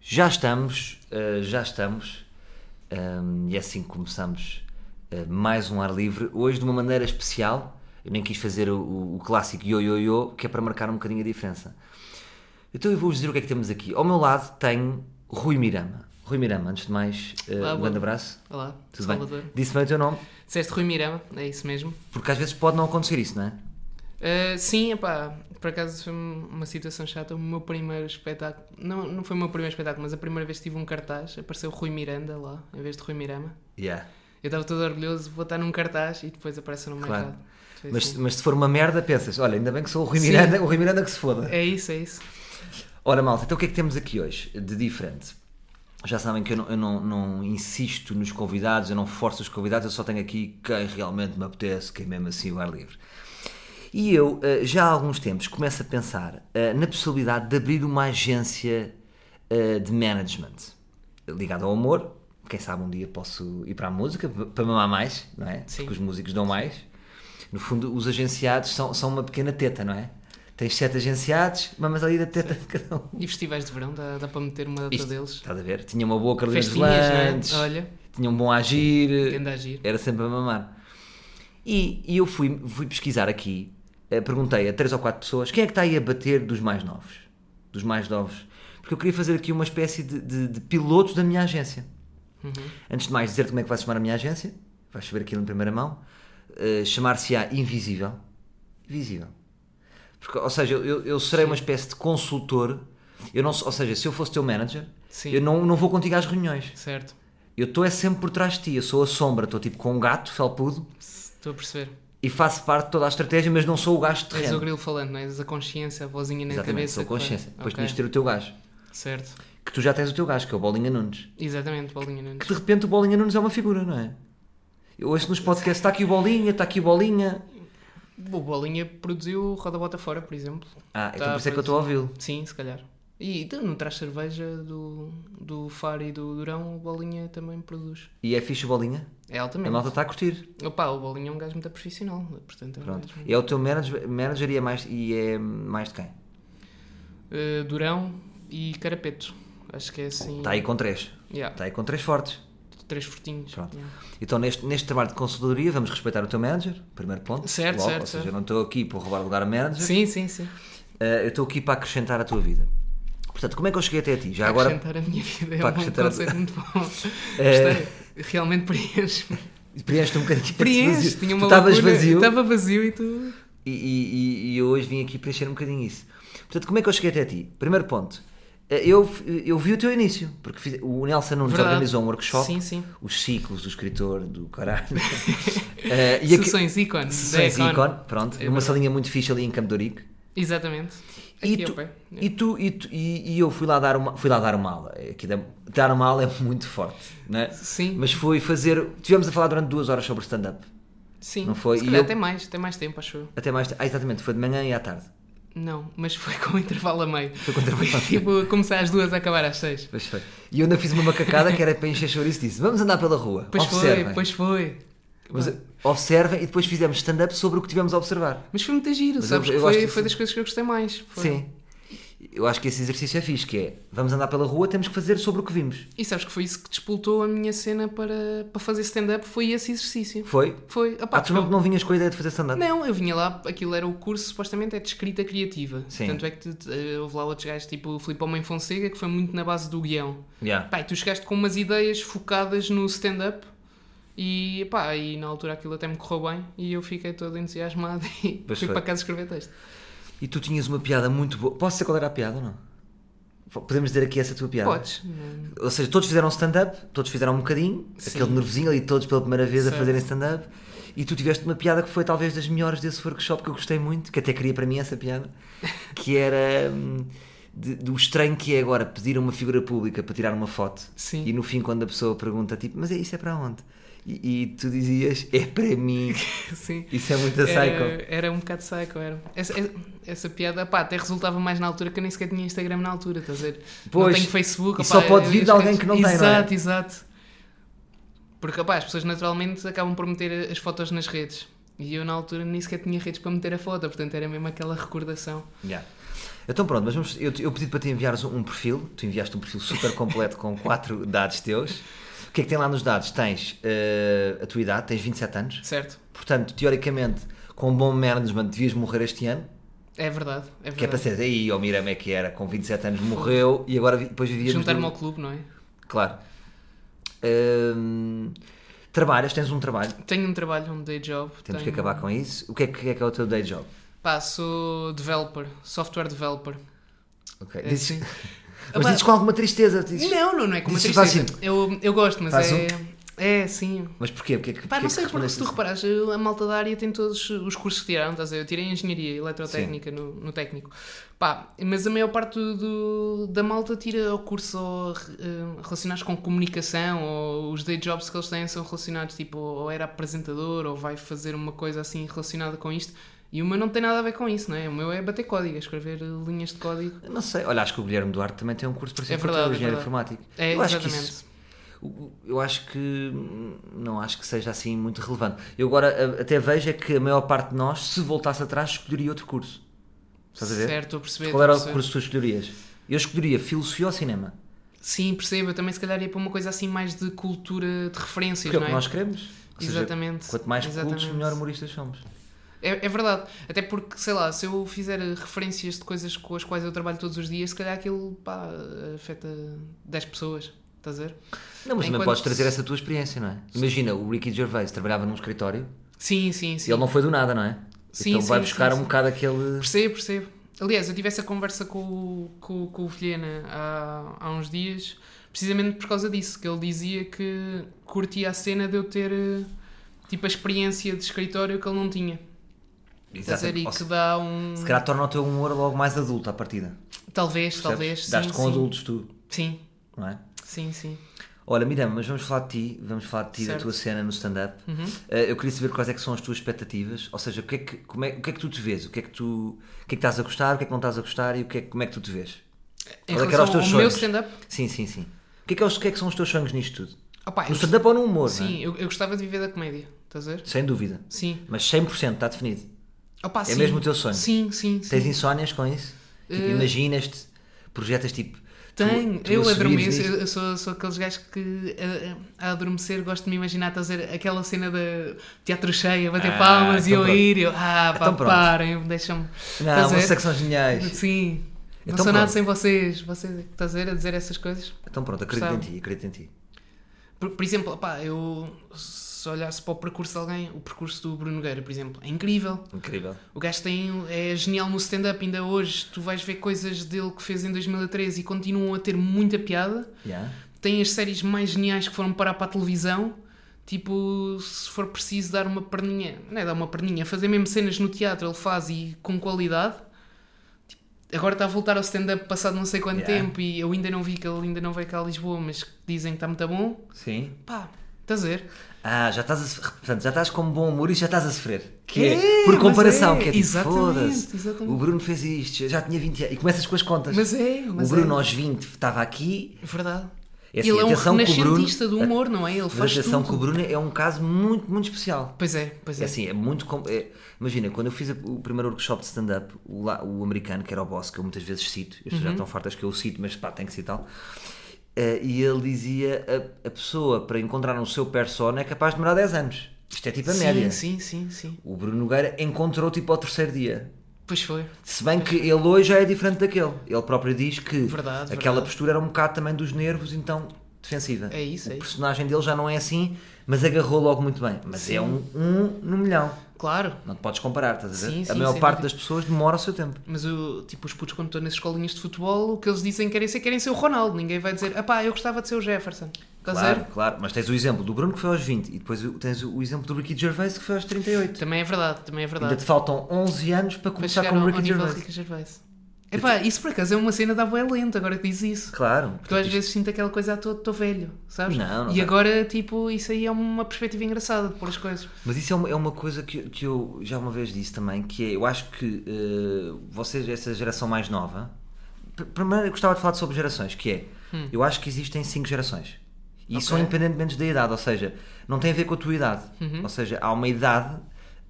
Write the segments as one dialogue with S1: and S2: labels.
S1: Já estamos, eh, já estamos, ehm, e é assim que começamos eh, mais um ar livre. Hoje de uma maneira especial, eu nem quis fazer o, o- o clássico yo-yo-yo, que é para marcar um bocadinho a diferença. Então eu vou-vos dizer o que é que temos aqui. Ao meu lado tem Rui Mirama. Rui Mirama, antes de mais, eh,
S2: Olá,
S1: um
S2: boa-
S1: grande abraço.
S2: Olá,
S1: Tudo
S2: Salvador.
S1: bem? Disse bem o teu nome,
S2: Disseste Rui Mirama, é isso mesmo?
S1: porque às vezes pode não acontecer isso, não é?
S2: Ah, sim, epá, por acaso foi uma situação chata. O meu primeiro espetáculo, não, não foi o meu primeiro espetáculo, mas a primeira vez que tive um cartaz, apareceu Rui Miranda lá, em vez de Rui Mirama.
S1: Yeah.
S2: Eu estava todo orgulhoso, vou estar num cartaz e depois aparece o nome
S1: Claro.
S2: errado. Foi
S1: Mas,
S2: assim.
S1: mas se for uma merda, pensas, olha, ainda bem que sou o Rui
S2: Sim.
S1: Miranda, o Rui Miranda que se foda.
S2: É isso, é isso.
S1: Ora, malta, então o que é que temos aqui hoje de diferente? Já sabem que eu, não, eu não- não insisto nos convidados, eu não forço os convidados, eu só tenho aqui quem realmente me apetece, quem mesmo assim o ar livre. E eu, eh, já há alguns tempos, começo a pensar eh, na possibilidade de abrir uma agência eh, de management ligada ao amor. Quem sabe um dia posso ir para a música, p- para mamar mais, não é?
S2: Sim.
S1: Porque os músicos dão mais. No fundo, os agenciados são, são uma pequena teta, não é? Tens sete agenciados, mamas ali da teta de cada um.
S2: E festivais de verão, dá, dá para meter uma data
S1: Isto, é
S2: deles.
S1: Estás a ver? Tinha uma boa Carolina dos
S2: Festinhas,
S1: Landes,
S2: não é? Olha,
S1: tinha um bom agir,
S2: tendo a agir.
S1: era sempre a mamar. E, e eu fui, fui pesquisar aqui, eh, perguntei a três ou quatro pessoas quem é que está aí a bater dos mais novos? Dos mais novos. Porque eu queria fazer aqui uma espécie de, de, de piloto da minha agência.
S2: Uhum.
S1: Antes de mais, dizer como é que vai se chamar a minha agência. Vais saber aquilo em primeira mão. Eh, Chamar-se-á Invisível. Invisível. Porque, ou seja, eu, eu, eu serei uma espécie de consultor. Eu não, sou- ou seja, se eu fosse teu manager,
S2: Sim.
S1: eu não, não vou contigo às reuniões.
S2: Certo,
S1: Eu estou é sempre por trás de ti. Eu sou a sombra. Estou tipo com um gato, felpudo,
S2: estou a perceber.
S1: e faço parte de toda a estratégia, mas não sou o gajo de
S2: És o
S1: terreno.
S2: grilo falando, não é? És a consciência, a vozinha na
S1: Exatamente,
S2: cabeça.
S1: sou a
S2: que vai-
S1: consciência. Depois
S2: Ok,
S1: tinhas de ter o teu gajo.
S2: Certo,
S1: Que tu já tens o teu gajo, que é o Bolinha Nunes.
S2: exatamente, bolinha Nunes.
S1: Que de repente o Bolinha Nunes é uma figura, não é? Eu ouço nos podcasts, está aqui o Bolinha, está aqui o Bolinha.
S2: O Bolinha produziu Roda Bota Fora, por exemplo.
S1: Ah, então
S2: Tá,
S1: por isso é que eu
S2: pois.
S1: estou a ouvi-lo.
S2: Sim, se calhar. E então, não traz cerveja do, do Faro e do Durão, o Bolinha também produz.
S1: E é fixe o bolinha?
S2: É
S1: A
S2: altamente.
S1: malta está a curtir.
S2: Opa, o Bolinha é um gajo muito profissional, portanto é
S1: Pronto.
S2: mesmo.
S1: E é o teu manager, manager e, é mais, e é mais de quem?
S2: Eh, Durão e Carapeto. Acho que é assim.
S1: Está Tá aí com três.
S2: Yeah,
S1: Está aí com três fortes.
S2: Três fortinhos.
S1: Pronto.
S2: Yeah.
S1: Então, neste, neste trabalho de consultoria, vamos respeitar o teu manager, primeiro ponto.
S2: Certo, certo,
S1: Ou seja,
S2: certo.
S1: eu não estou aqui para roubar lugar a manager,
S2: Sim, sim, sim.
S1: Eh, eu estou aqui para acrescentar a tua vida. Portanto, como é que eu cheguei até a ti? Já agora,
S2: Acrescentar a minha vida é
S1: Para
S2: um
S1: acrescentar É a-
S2: conceito muito bom.
S1: Eh,
S2: Gostei. Realmente preenche-me.
S1: preenche-te um bocadinho. esse
S2: Preenche.
S1: vazio.
S2: Tinha
S1: Tu
S2: uma
S1: estavas
S2: lacuna,
S1: vazio
S2: Estava vazio e tu.
S1: e, e- e- e eu hoje vim aqui preencher um bocadinho isso. Portanto, como é que eu cheguei até a ti? Primeiro ponto, eh, eu, eu vi o teu início, porque fiz- o Nelson Nunes
S2: Verdade.
S1: organizou um workshop.
S2: Sim, sim.
S1: os ciclos do escritor do caralho. Eh, e aqui,
S2: Sessões ícone.
S1: sessões
S2: da
S1: ícone, pronto, numa
S2: É verdade.
S1: salinha muito fixe ali em Campo de Ourique.
S2: Exatamente.
S1: E
S2: Aqui ao
S1: tu,
S2: pé. né?
S1: e, tu, e, tu- e- e eu fui lá dar uma, fui lá dar uma aula. É, Aqui dá- dar uma aula é muito forte, não é?
S2: Sim.
S1: Mas foi fazer. Tivemos a falar durante duas horas sobre stand-up.
S2: Sim,
S1: Não foi?
S2: se
S1: E
S2: calhar
S1: eu-
S2: até mais, até mais tempo, acho eu.
S1: Até mais. Ah, exatamente, foi de manhã e à tarde.
S2: Não, mas foi com intervalo a meio.
S1: Foi com intervalo a meio.
S2: tipo, a começar às duas, a acabar às seis.
S1: Pois foi. E eu ainda fiz uma macacada que era para encher chouriço e disse: Vamos andar pela rua.
S2: Pois
S1: observem.
S2: foi, pois foi.
S1: Mas, observem e depois fizemos stand-up sobre o que tivemos a observar.
S2: Mas foi muito giro,
S1: Mas
S2: sabes?
S1: eu-
S2: que
S1: eu
S2: foi,
S1: gosto disso.
S2: foi das coisas que eu gostei mais. Foi.
S1: Sim. Eu acho que esse exercício é fixe, que é, vamos andar pela rua, temos que fazer sobre o que vimos.
S2: E sabes que foi isso que despoltou a minha cena para, para fazer stand-up, foi esse exercício.
S1: Foi?
S2: Foi,
S1: Há
S2: opá,
S1: pessoas que não vinhas com a ideia de fazer stand-up.
S2: Não, eu vinha lá, aquilo era o curso, supostamente é de escrita criativa.
S1: Sim.
S2: Tanto é que te- te- houve lá outros gajos, tipo o Filipe Homem Fonseca, que foi muito na base do guião.
S1: Yeah.
S2: Pá, e tu chegaste com umas ideias focadas no stand-up e pá, e na altura aquilo até me correu bem e eu fiquei todo entusiasmado e
S1: Pois
S2: fui
S1: foi. É,
S2: para casa escrever texto.
S1: E tu tinhas uma piada muito boa. Posso dizer qual era a piada ou não? P- Podemos dizer aqui essa tua piada?
S2: Podes. não-
S1: Ou seja, todos fizeram stand-up, todos fizeram um bocadinho,
S2: Sim.
S1: aquele nervosinho ali, todos pela primeira vez a
S2: Certo.
S1: fazerem stand-up. E tu tiveste uma piada que foi talvez das melhores desse workshop que eu gostei muito, que até queria para mim essa piada, que era hum, de- do estranho que é agora pedir a uma figura pública para tirar uma foto.
S2: Sim.
S1: E no fim, quando a pessoa pergunta, tipo, mas é isso é para onde? E, e tu dizias, é para mim.
S2: Sim.
S1: Isso é muito a psycho.
S2: Era, era um bocado psycho, era. Essa, essa- essa piada, pá, até resultava mais na altura que eu nem sequer tinha Instagram na altura, estás a ver? não
S1: Pois,
S2: tenho Facebook.
S1: e
S2: opá,
S1: só pode
S2: eu-
S1: vir de
S2: eu-
S1: alguém que não tem, não é?
S2: exato, Exato, exato. Porque, opá, as pessoas naturalmente acabam por meter as fotos nas redes. E eu na altura nem sequer tinha redes para meter a foto, portanto era mesmo aquela recordação.
S1: Yeah. Então pronto, mas vamos, eu, eu pedi para te enviares um, um perfil, tu enviaste um perfil super completo com quatro dados teus. O que é que tem lá nos dados? Tens eh, a tua idade, tens 27 anos,
S2: Certo.
S1: portanto, teoricamente, com um bom management devias morrer este ano,
S2: É verdade. É verdade.
S1: que é para ser aí, o Mirama é que era, com 27 anos morreu e agora vi- depois vivíamos...
S2: Juntar-me
S1: num-
S2: ao clube, não é?
S1: Claro. Hum, trabalhas, tens um trabalho,
S2: Tenho um trabalho, um day job.
S1: temos
S2: tenho...
S1: que acabar com isso. O que é que, que é, que é o teu day job?
S2: Pá, sou developer, software developer.
S1: Ok.
S2: É
S1: Dizes-
S2: assim.
S1: mas
S2: Opa,
S1: dizes com alguma tristeza, dizes-
S2: Não, não, não é como uma
S1: Dizes,
S2: tristeza.
S1: faz
S2: Eu, eu gosto, mas
S1: Faz
S2: é. É, sim.
S1: Mas porquê? Porque, é que-
S2: Pá,
S1: porque
S2: não
S1: é que
S2: sei, porque
S1: respondeste
S2: se tu
S1: assim?
S2: reparas, eu- a malta da área tem todos os cursos que tiraram, estás a ver? Eu tirei engenharia eletrotécnica no, no técnico. Pá, mas a maior parte do, do- da malta tira o curso ou, eh, relacionados com comunicação ou os day jobs que eles têm são relacionados, tipo, ou era apresentador ou vai fazer uma coisa assim relacionada com isto. E o meu não tem nada a ver com isso, não é? O meu é bater código, é escrever linhas de código.
S1: Não sei, olha, acho que o Guilherme Duarte também tem um curso parecido
S2: É
S1: com o
S2: verdade,
S1: teu,
S2: é
S1: engenheiro
S2: verdade.
S1: informático.
S2: É,
S1: eu acho que
S2: exatamente.
S1: isso, o- eu acho que hum, não acho que seja assim muito relevante. Eu agora a- até vejo é que a maior parte de nós, se voltasse atrás, escolheria outro curso. Estás a ver?
S2: Certo, estou a perceber.
S1: Qual era
S2: estou a
S1: o
S2: perceber.
S1: curso que tu escolherias? Eu escolheria filosofia ou cinema,
S2: Sim, percebo. Eu também se calhar ia para uma coisa assim mais de cultura de referências,
S1: porque é o
S2: não é?
S1: que nós queremos. Ou seja,
S2: Exatamente.
S1: quanto mais cultos,
S2: Exatamente.
S1: melhor humoristas somos.
S2: É, é verdade. Até porque, sei lá, se eu fizer referências de coisas com as quais eu trabalho todos os dias, se calhar aquilo pá, afeta 10 pessoas. Estás a ver?
S1: Não, mas também
S2: Enquanto
S1: podes trazer
S2: se-
S1: essa tua experiência, não é? Imagina, o Ricky Gervais trabalhava num escritório
S2: Sim, sim, sim.
S1: e ele não foi do nada, não é?
S2: Sim,
S1: então
S2: sim,
S1: vai
S2: sim,
S1: buscar um
S2: sim.
S1: bocado aquele.
S2: Percebo, percebo. Aliás, eu tive essa conversa com, o- com, com o Vilhena há, há uns dias, precisamente por causa disso, que ele dizia que curtia a cena de eu ter eh, tipo a experiência de escritório que ele não tinha. Estás a ver? E
S1: Ou
S2: que dá um.
S1: Se calhar torna o teu humor logo mais adulto à partida.
S2: Talvez,
S1: percebes?
S2: talvez. Sim,
S1: Daste com
S2: sim.
S1: adultos tu,
S2: Sim,
S1: não é?
S2: sim, sim.
S1: Olha, Mirama, mas vamos falar de ti, vamos falar de ti, da
S2: Certo. Uhum.
S1: tua cena no stand-up. Eh, eu queria saber quais é que são as tuas expectativas, ou seja, o que é que, como é, o que, é que tu te vês, o que é que tu o que é que estás a gostar, o que é que não estás a gostar e o que é, que- como é que tu te vês?
S2: Em
S1: Qual é que era
S2: relação
S1: os teus
S2: ao meu
S1: sonhos?
S2: stand-up,
S1: Sim, sim, sim. O que é que, é os- o que é que são os teus sonhos nisto tudo?
S2: opá, eu
S1: No
S2: gost-
S1: stand-up ou no humor, não é?
S2: sim, eu, eu gostava de viver da comédia, estás a ver?
S1: Sem dúvida.
S2: Sim.
S1: Mas 100% está definido.
S2: Opá,
S1: É mesmo o teu sonho?
S2: Sim, sim, sim.
S1: Tens insónias com isso? Tipo,
S2: Eh,
S1: imaginas-te, projetas tipo... tu-
S2: Tenho,
S1: tu
S2: eu
S1: assumias
S2: adormeço,
S1: nisto?
S2: eu eu sou, sou aqueles gajos que eh, a, a- a adormecer gosto de me imaginar estás a fazer aquela cena de teatro cheio, a bater
S1: Ah,
S2: palmas e
S1: então
S2: eu a
S1: pronto.
S2: ir, eu, ah, pá,
S1: Então pronto.
S2: parem, deixam-me.
S1: Não,
S2: Estás a
S1: vocês é
S2: ver?
S1: que são geniais.
S2: Sim, não
S1: Então
S2: sou nada
S1: pronto.
S2: sem vocês, vocês, é que estás a ver, a dizer essas coisas.
S1: Então pronto, acredito em
S2: Gostava.
S1: ti, acredito em ti.
S2: Por, por exemplo, pá, eu, se olhasse para o percurso de alguém, o percurso do Bruno Nogueira, por exemplo, é incrível.
S1: Incrível.
S2: O gajo tem, é genial no stand-up ainda hoje. Tu vais ver coisas dele que fez em 2013 e continuam a ter muita piada.
S1: Yeah.
S2: Tem as séries mais geniais que foram parar para a televisão. Tipo, se for preciso dar uma perninha, não é dar uma perninha, fazer mesmo cenas no teatro, ele faz e com qualidade. Tipo, Agora está a voltar ao stand-up passado não sei quanto
S1: Yeah.
S2: tempo e eu ainda não vi que ele ainda não veio cá a Lisboa, mas que dizem que está muito bom.
S1: Sim.
S2: Pá, estás a ver?
S1: Ah, já estás a sofrer. Portanto, já estás com bom humor e já estás a sofrer. Que
S2: Quê?
S1: é, por
S2: Mas
S1: comparação,
S2: é,
S1: que é tipo,
S2: exatamente,
S1: foda-se.
S2: exatamente.
S1: O Bruno fez isto, já tinha 20 anos. E começas com as contas.
S2: Mas é, mas
S1: o Bruno
S2: é.
S1: aos 20 estava aqui.
S2: Verdade.
S1: É assim,
S2: ele é um
S1: atenção que o Bruno-
S2: renascentista do humor, não é? Ele
S1: Mas
S2: faz
S1: atenção
S2: tudo.
S1: que o Bruno é um caso muito, muito especial.
S2: Pois é, pois
S1: É
S2: é.
S1: assim, é muito. com- é- imagina, quando eu fiz a- o primeiro workshop de stand-up, o, lá- o americano, que era o boss, que eu muitas vezes cito, eu
S2: Uhum.
S1: já tão fartas que eu o cito, mas pá, tem que citá-lo. eh, e ele dizia: a, a pessoa para encontrar o seu persona é capaz de demorar 10 anos. Isto é tipo a média.
S2: Sim, sim, sim, sim.
S1: O Bruno Nogueira encontrou tipo ao terceiro dia.
S2: Pois foi.
S1: Se bem que ele hoje já é diferente daquele. Ele próprio diz que
S2: Verdade,
S1: aquela
S2: verdade.
S1: postura era um bocado também dos nervos, então defensiva.
S2: É isso,
S1: O
S2: é isso.
S1: personagem dele já não é assim, mas agarrou logo muito bem. Mas é um, um no milhão.
S2: Claro.
S1: Não te podes comparar, estás a ver?
S2: Sim,
S1: a
S2: sim,
S1: maior
S2: sem
S1: parte
S2: dúvida.
S1: das pessoas demora o seu tempo.
S2: Mas o, tipo, os putos quando estão nas escolinhas de futebol, o que eles dizem é que querem ser, querem ser o Ronaldo. Ninguém vai dizer, ah pá, eu gostava de ser o Jefferson. Estás a
S1: Claro,
S2: ver?
S1: claro. Mas tens o exemplo do Bruno que foi aos 20 e depois o- tens o exemplo do Ricky Gervais que foi aos 38.
S2: Também é verdade, também é verdade.
S1: Ainda te faltam 11 anos para
S2: Para
S1: começar
S2: chegar
S1: com
S2: ao,
S1: o
S2: ao
S1: Ricky
S2: nível de
S1: Gervais.
S2: Ricky Gervais. Epá, isso por acaso é uma cena da boa lenta, agora que diz isso.
S1: Claro.
S2: Porque eu às vezes sinto aquela coisa, ah, estou velho, sabes?
S1: Não, não
S2: e
S1: tá.
S2: agora, tipo, isso aí é uma perspectiva engraçada de pôr as coisas.
S1: Mas isso é uma, é uma coisa que, que eu já uma vez disse também, que é, eu acho que eh, vocês, essa geração mais nova, pr- primeiro eu gostava de falar sobre gerações, que é, eu acho que existem cinco gerações. E são
S2: Hum. Ok.
S1: independentemente da idade, ou seja, não tem a ver com a tua idade.
S2: Uhum.
S1: Ou seja, há uma idade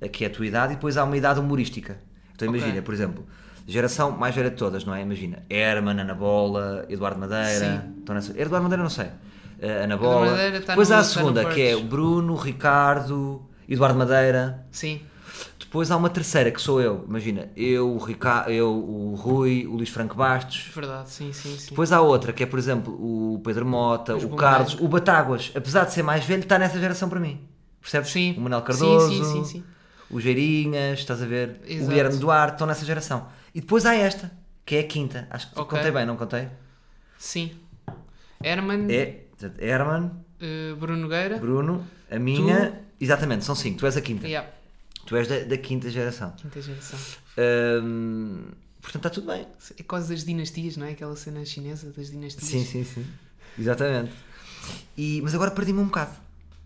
S1: eh, que é a tua idade e depois há uma idade humorística. Então
S2: Ok.
S1: imagina, por exemplo, Geração mais velha de todas, não é? Imagina. Herman, Ana Bola, Eduardo Madeira. Estão nessa- Eduardo Madeira, não sei. Eh, Ana Bola.
S2: Madeira está
S1: Depois
S2: no-
S1: há a
S2: está no
S1: segunda, que é o
S2: Perks.
S1: Bruno, Ricardo, Eduardo Madeira.
S2: Sim.
S1: Depois há uma terceira, que sou eu. Imagina. Eu, o, Rica... eu, o Rui, o Luís Franco Bastos.
S2: Verdade, sim, sim, sim.
S1: Depois há outra, que é, por exemplo, o Pedro Mota, o
S2: bombeiros.
S1: Carlos, o Batáguas, apesar de ser mais velho, está nessa geração para mim. Percebes?
S2: Sim.
S1: O Manuel
S2: Sim,
S1: Cardoso,
S2: sim, sim, sim.
S1: o Geirinhas, estás a ver?
S2: Exato.
S1: O Guilherme Duarte, estão nessa geração. E depois há esta, que é a quinta. Acho que
S2: Ok.
S1: contei bem, não contei?
S2: Sim. Herman,
S1: É portanto, Herman,
S2: eh, Bruno Nogueira.
S1: Bruno, a minha. Exatamente, são cinco. Tu és a quinta.
S2: Yeah,
S1: Tu és da, da quinta geração.
S2: quinta geração.
S1: Hum, portanto, está tudo bem.
S2: É quase das dinastias, não é? Aquela cena chinesa das dinastias.
S1: Sim, sim, sim. Exatamente. E, mas agora perdi-me um bocado.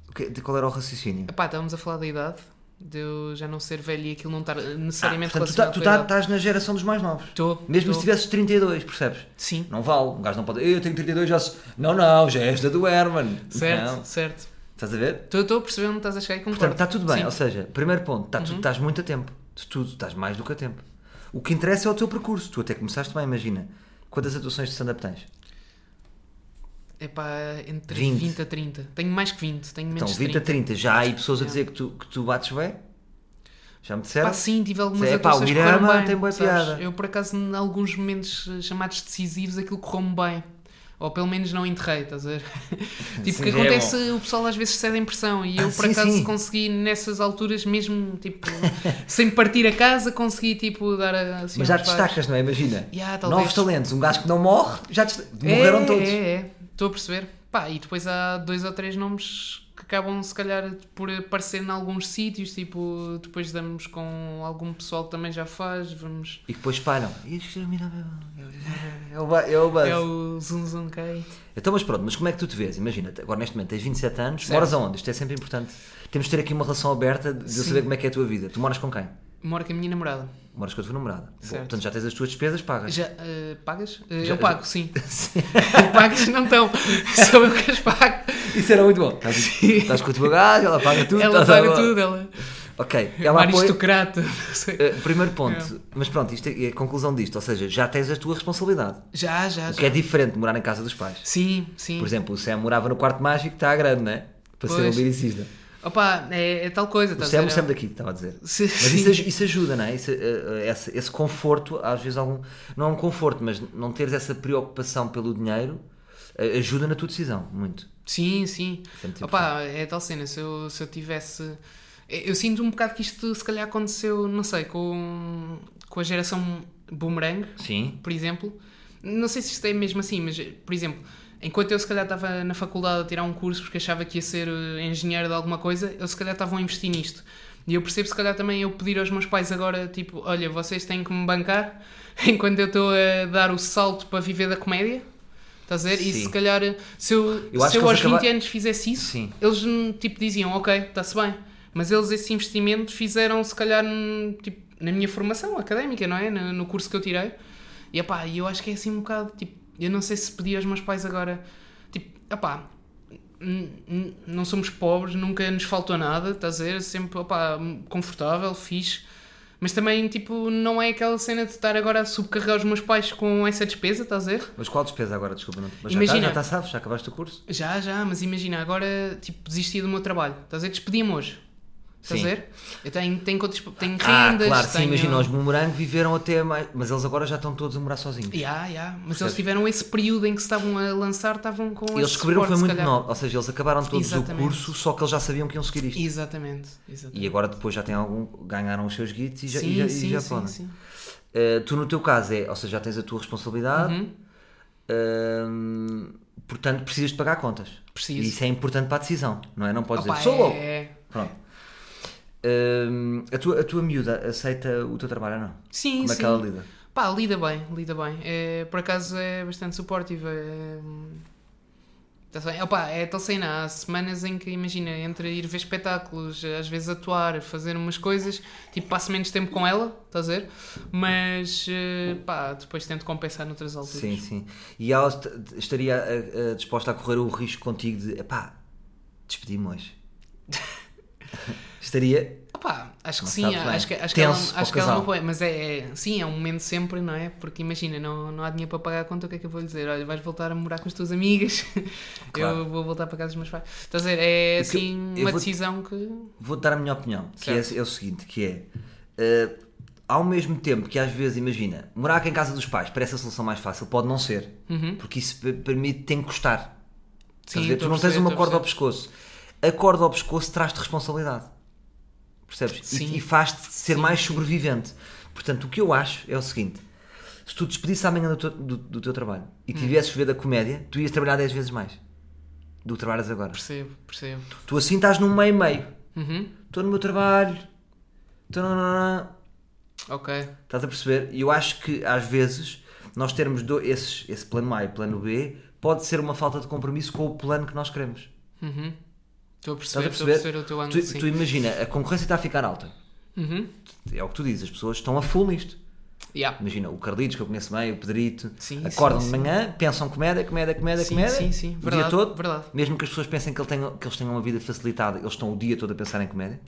S1: O que- De qual era o raciocínio?
S2: Epá, estávamos a falar da idade, de eu já não ser velho e aquilo não estar eh,
S1: Ah,
S2: necessariamente
S1: portanto, tu, tá- tu
S2: relacionado com a
S1: tá-
S2: idade.
S1: estás na geração dos mais novos.
S2: Tô,
S1: Mesmo
S2: tô.
S1: se tivesses 32, percebes?
S2: Sim,
S1: Não vale. Um gajo não pode. Eu tenho 32, já sou. Não, não, já és da do Herman.
S2: certo,
S1: Não.
S2: certo.
S1: Estás a ver?
S2: Estou a perceber onde estás a chegar e concordo.
S1: Portanto, está tudo bem.
S2: Sim. Uhum.
S1: Ou seja, primeiro ponto, tá tu estás muito a tempo de tudo, estás mais do que a tempo. O que interessa é o teu percurso. Tu até começaste bem, imagina. Quantas atuações de stand-up tens?
S2: Epá, entre 20.
S1: 20.
S2: a 30. Tenho mais que 20, tenho menos
S1: então,
S2: de
S1: 20 a
S2: 30.
S1: 30. Já há aí pessoas a
S2: É.
S1: dizer que tu, que tu bates bem? Já me disseram?
S2: Pá, sim, tive algumas
S1: Sim, epá, é, o
S2: atuações que correram
S1: Irama
S2: bem,
S1: tem boa
S2: sabes?
S1: piada.
S2: Eu, por acaso, em alguns momentos eh, chamados decisivos, aquilo correu-me bem. Ou pelo menos não enterrei, estás a ver? tipo,
S1: Sim,
S2: o que
S1: já é
S2: acontece, o pessoal às vezes cede a impressão. E eu,
S1: Ah,
S2: por
S1: sim,
S2: acaso,
S1: sim.
S2: consegui nessas alturas, mesmo, tipo, sem partir a casa, consegui, tipo, dar a- assim
S1: Mas já
S2: uns
S1: te
S2: pares.
S1: destacas, não é? Imagina.
S2: Yeah, talvez.
S1: Novos talentos. Um gajo que não morre, já desta-
S2: É,
S1: morreram todos.
S2: É, é, estou a perceber. Pá, e depois há dois ou três nomes que acabam, se calhar, por aparecer em alguns sítios. Tipo, depois damos com algum pessoal que também já faz. Vamos.
S1: E depois espalham. E as pessoas miram, É o, ba- é o buzz.
S2: É o Zoom Zoom Kai.
S1: Então, mas pronto, mas como é que tu te vês? Imagina, agora neste momento tens 27 anos,
S2: Certo.
S1: moras aonde? Isto é sempre importante. Temos de ter aqui uma relação aberta de eu saber como é que é a tua vida. Tu moras com quem?
S2: Moro com a minha namorada.
S1: Moras com a tua namorada. Bom,
S2: Certo.
S1: portanto, já tens as tuas despesas pagas.
S2: Já, eh, pagas? Eh,
S1: Já-
S2: eu pago, sim.
S1: Sim.
S2: pagas não estão. Sou eu que as pago.
S1: Isso era muito bom. Estás, estás com o teu gajo, ela paga tudo.
S2: ela
S1: estás a-
S2: paga tudo, ela.
S1: Ok,
S2: É
S1: ela
S2: uma
S1: apoia.
S2: aristocrata. não sei.
S1: Uh, primeiro ponto, mas pronto, isto é é a conclusão disto, ou seja, já tens a tua responsabilidade.
S2: Já, já,
S1: O
S2: já.
S1: que é diferente de morar em casa dos pais.
S2: Sim, sim.
S1: Por exemplo, o Sam morava no quarto mágico, está grande, não é? Para ser um
S2: Pois.
S1: lyricista.
S2: Opa, é, é tal
S1: O
S2: coisa. estás a
S1: Sam, o
S2: ver?
S1: Sam daqui, estava a dizer.
S2: Sim,
S1: Mas
S2: sim.
S1: isso, aj- isso ajuda, não é? Isso, eh, eh, esse, esse conforto, às vezes, algum. Não é um conforto, mas não teres essa preocupação pelo dinheiro eh, ajuda na tua decisão, muito.
S2: Sim, sim.
S1: Isso é muito
S2: Opa, é tal cena, se eu, se eu tivesse. Eu eu sinto um bocado que isto se calhar aconteceu, não sei, com, com a geração boomerang,
S1: Sim.
S2: por exemplo. Não sei se isto é mesmo assim, mas, por exemplo, enquanto eu se calhar estava na faculdade a tirar um curso porque achava que ia ser eh, engenheiro de alguma coisa, eu se calhar estava a investir nisto. E eu percebo se calhar também eu pedir aos meus pais agora, tipo, olha, vocês têm que me bancar enquanto eu estou a dar o salto para viver da comédia. Estás a ver? E
S1: Sim.
S2: se calhar, se eu,
S1: Eu acho
S2: se eu
S1: que eles
S2: aos 20
S1: acaba-
S2: anos fizesse isso,
S1: Sim.
S2: eles hum, tipo diziam, ok, está-se bem. Mas eles esse investimento fizeram, se calhar, hum, tipo, na minha formação académica, não é? No, no curso que eu tirei. E epá, eu acho que é assim um bocado, tipo, eu não sei se pedi aos meus pais agora, tipo, epá, n- n- não somos pobres, nunca nos faltou nada, estás a ver? Sempre, opá, confortável, fixe. Mas também, tipo, não é aquela cena de estar agora a subcarregar os meus pais com essa despesa, estás a ver?
S1: Mas qual despesa agora? Desculpa, não. Mas
S2: Imagina.
S1: já está, já tá, sabes, já acabaste o curso?
S2: Já, já, mas imagina, agora tipo, desisti do meu trabalho. Estás a ver? Despedi-me hoje. Estás
S1: Sim.
S2: a ver? Eu tenho, tenho contas, tenho rendas.
S1: ah, claro, sim,
S2: tenho...
S1: imagina, os bumerangue viveram até mais. Mas eles agora já estão todos a morar sozinhos.
S2: Ya, ya, Mas eles tiveram esse período em que se estavam a lançar, estavam com
S1: Eles
S2: esse
S1: descobriram que foi
S2: suporte,
S1: muito
S2: se calhar.
S1: novo, ou seja, eles acabaram todos
S2: Exatamente.
S1: o curso, só que eles já sabiam que iam seguir isto.
S2: Exatamente, exatamente.
S1: E agora depois já têm algum, ganharam os seus guitos e já, e já, e já podem.
S2: sim.
S1: Uh, tu no teu caso é, ou seja, já tens a tua responsabilidade,
S2: Uhum.
S1: um, portanto precisas de pagar contas.
S2: Preciso.
S1: E isso é importante para a decisão, não é? Não podes
S2: Opa,
S1: dizer, sou louco.
S2: é-
S1: Pronto. Um, a, tua, a tua miúda aceita o teu trabalho ou não?
S2: Sim,
S1: Como
S2: sim.
S1: é que ela lida?
S2: Pá, lida bem, lida bem. É, por acaso é bastante suportiva. É, tá bem. Opa, é tal cena, há semanas em que, imagina, entre ir ver espetáculos, às vezes atuar, fazer umas coisas, tipo, passo menos tempo com ela, estás a ver? Mas, eh, pá, depois tento compensar noutras alturas.
S1: Sim, sim. E ela est- estaria uh, uh, disposta a correr o risco contigo de, pá, despedi-me hoje. estaria?
S2: Opa, acho que
S1: Não
S2: sim,
S1: sabes bem.
S2: acho que, acho que ela,
S1: Tenso para o
S2: acho que ela
S1: casal.
S2: não põe, mas é, é- sim, é um momento sempre, não é? Porque imagina, não, não há dinheiro para pagar a conta, o que é que eu vou lhe dizer? Olha, vais voltar a morar com as tuas amigas,
S1: Claro.
S2: eu vou voltar para casa dos meus pais. Estás a ver? É
S1: E que-
S2: assim
S1: eu
S2: uma
S1: vou-
S2: decisão que.
S1: Vou dar a minha opinião, que é,
S2: Certo.
S1: é o seguinte, que é eh, ao mesmo tempo que às vezes, imagina, morar em casa dos pais parece a solução mais fácil, pode não ser, porque isso per- permite tem que custar. Estás a ver?
S2: estou
S1: Tu não
S2: a
S1: tens
S2: perceber,
S1: uma
S2: estou a
S1: corda ao
S2: perceber.
S1: pescoço. A corda ao pescoço traz-te responsabilidade. Percebes? E-
S2: Sim.
S1: E, faz-te ser
S2: Sim.
S1: mais sobrevivente. Portanto, o que eu acho é o seguinte: se tu despedisses amanhã do teu, do- do teu trabalho
S2: Hum.
S1: e tivesses ver da comédia, tu ias trabalhar 10 vezes mais do que trabalhas agora.
S2: Percebo, percebo.
S1: Tu assim estás num meio-meio.
S2: Uhum.
S1: Estou no meu trabalho. Estou na- na- na-
S2: Ok.
S1: Estás a perceber? E eu acho que às vezes nós termos do, esses, esse plano A e plano B pode ser uma falta de compromisso com o plano que nós queremos.
S2: Uhum. Estou a
S1: Estás a
S2: perceber, estou a
S1: perceber?
S2: perceber o teu ângulo,
S1: tu,
S2: sim.
S1: tu imagina, a concorrência está a ficar alta.
S2: Uhum.
S1: É o que tu dizes, as pessoas estão a full nisto.
S2: Yeah.
S1: Imagina, o Carlitos, que eu conheço bem, o Pedrito,
S2: Sim,
S1: acordam
S2: sim,
S1: de manhã, pensam comédia, comédia, comédia,
S2: Sim,
S1: comédia,
S2: sim, sim.
S1: o
S2: Verdade,
S1: dia todo.
S2: verdade.
S1: Mesmo que as pessoas pensem que, ele tenha- que eles tenham uma vida facilitada, eles estão o dia todo a pensar em comédia.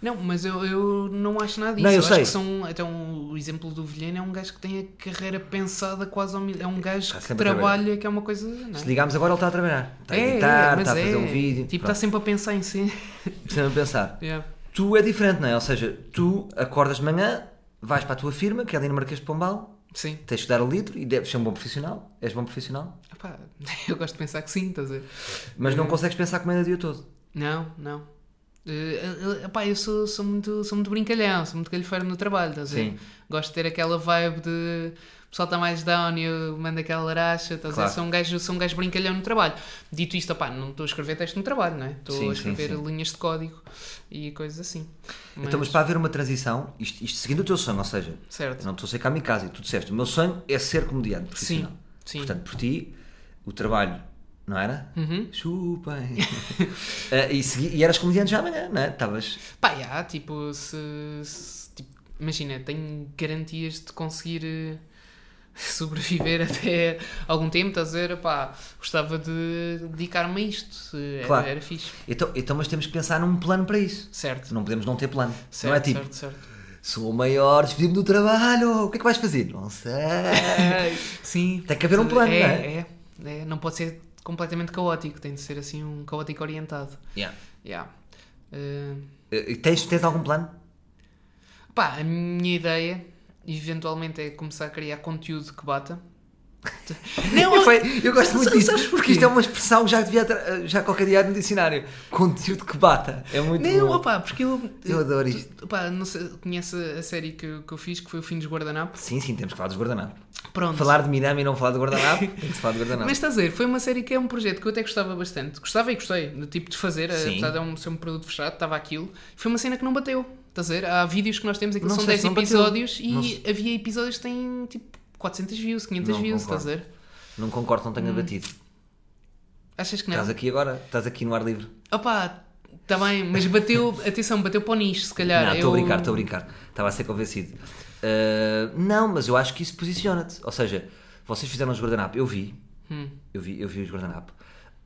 S2: Não, mas eu, eu não acho nada disso.
S1: Não, eu
S2: acho
S1: sei.
S2: que são. Então, o exemplo do Vilhena é um gajo que tem a carreira pensada quase ao mil. É um gajo
S1: Está
S2: que
S1: tá sempre a
S2: trabalha, que é uma coisa. Não é?
S1: Se ligarmos agora, ele está a trabalhar. Está a
S2: É, é,
S1: editar,
S2: mas
S1: está a fazer
S2: é.
S1: um vídeo.
S2: Tipo, está
S1: pronto,
S2: sempre a pensar em si.
S1: precisa pensar.
S2: Yeah.
S1: Tu é diferente, não é? Ou seja, tu acordas de manhã, vais para a tua firma, que é ali no Marquês de Pombal,
S2: Sim.
S1: tens que dar o litro e deves ser um bom profissional. És bom profissional,
S2: Epá, eu gosto de pensar que sim, estás a ver?
S1: mas
S2: Uhum.
S1: não consegues pensar comédia o dia todo.
S2: Não, não. Eh, eh, epá, eu sou, sou, muito, sou muito brincalhão, sou muito calhofeiro no trabalho, estás a ver?
S1: Sim.
S2: Gosto de ter aquela vibe de o pessoal está mais down e eu mando aquela laracha, estás a
S1: Claro.
S2: ver? Sou um, gajo, sou um gajo brincalhão no trabalho. Dito isto, opá, não estou a escrever texto no trabalho, não é? Estou
S1: Sim,
S2: a
S1: sim,
S2: escrever
S1: sim.
S2: linhas de código e coisas assim.
S1: Então, mas para haver uma transição, isto, isto seguindo o teu sonho, ou seja, eu
S2: Certo.
S1: não estou a ser kamikaze, e tu disseste, o meu sonho é ser comediante profissional.
S2: Sim, sim.
S1: Portanto, por ti, o trabalho, não era?
S2: Uhum.
S1: Chupem. Eh, e, segui- e eras comediante já amanhã, não é? Estavas.
S2: Pá, já, tipo, se, se- tipo, imagina, tenho garantias de conseguir eh, sobreviver até algum tempo, estás a dizer, pá, gostava de dedicar-me a isto, se era,
S1: Claro.
S2: era fixe.
S1: Então, então, mas temos que pensar num plano para isso.
S2: Certo,
S1: Não podemos não ter plano.
S2: certo,
S1: não é tipo,
S2: certo, certo.
S1: sou o maior, despedi-me do trabalho, o que é que vais fazer? Não sei.
S2: Sim.
S1: Tem que haver um plano,
S2: é,
S1: não é?
S2: é? é, não pode ser completamente caótico, tem de ser assim um caótico orientado.
S1: Yeah.
S2: Yeah. Eh,
S1: Eh, Tens, tens algum plano?
S2: Pá, a minha ideia eventualmente é começar a criar conteúdo que bata. Não,
S1: eu, foi- eu gosto muito
S2: Sabes
S1: disso,
S2: porquê?
S1: porque isto é uma expressão que já devia tra- já qualquer dia há no dicionário. é Conteúdo que bata. É muito
S2: Não,
S1: bom.
S2: opá, porque eu.
S1: Eu adoro
S2: tu-
S1: isto.
S2: Opá, não sei, conhece a série que, que eu fiz, que foi o Fim dos Guardanapos?
S1: Sim, sim, temos que falar dos guardanapos.
S2: Pronto.
S1: Falar de Minami e não falar de guardanapo, tem que se falar de guardanapo.
S2: Mas estás a ver, foi uma série que é um projeto que eu até gostava bastante. Gostava e gostei, do tipo de fazer,
S1: Sim.
S2: apesar de é um, ser um produto fechado, estava aquilo. Foi uma cena que não bateu. Estás a ver? Há vídeos que nós temos, aquilo
S1: Não
S2: são
S1: sei
S2: 10
S1: se não bateu.
S2: episódios
S1: Não
S2: e havia episódios que têm tipo 400 views, 500
S1: Não
S2: views,
S1: concordo.
S2: estás a ver?
S1: Não concordo, não tenho abatido.
S2: Achas que não?
S1: Estás aqui agora, estás aqui no ar livre.
S2: Opá, está tá bem, mas bateu, atenção, bateu para o nicho, se calhar.
S1: não, estou
S2: Eu-
S1: a brincar, estou a brincar. Estava a ser convencido. Ah, não, mas eu acho que isso posiciona-te. Ou seja, vocês fizeram os guardanapos, eu vi.
S2: Hum.
S1: Eu vi, eu vi os guardanapos.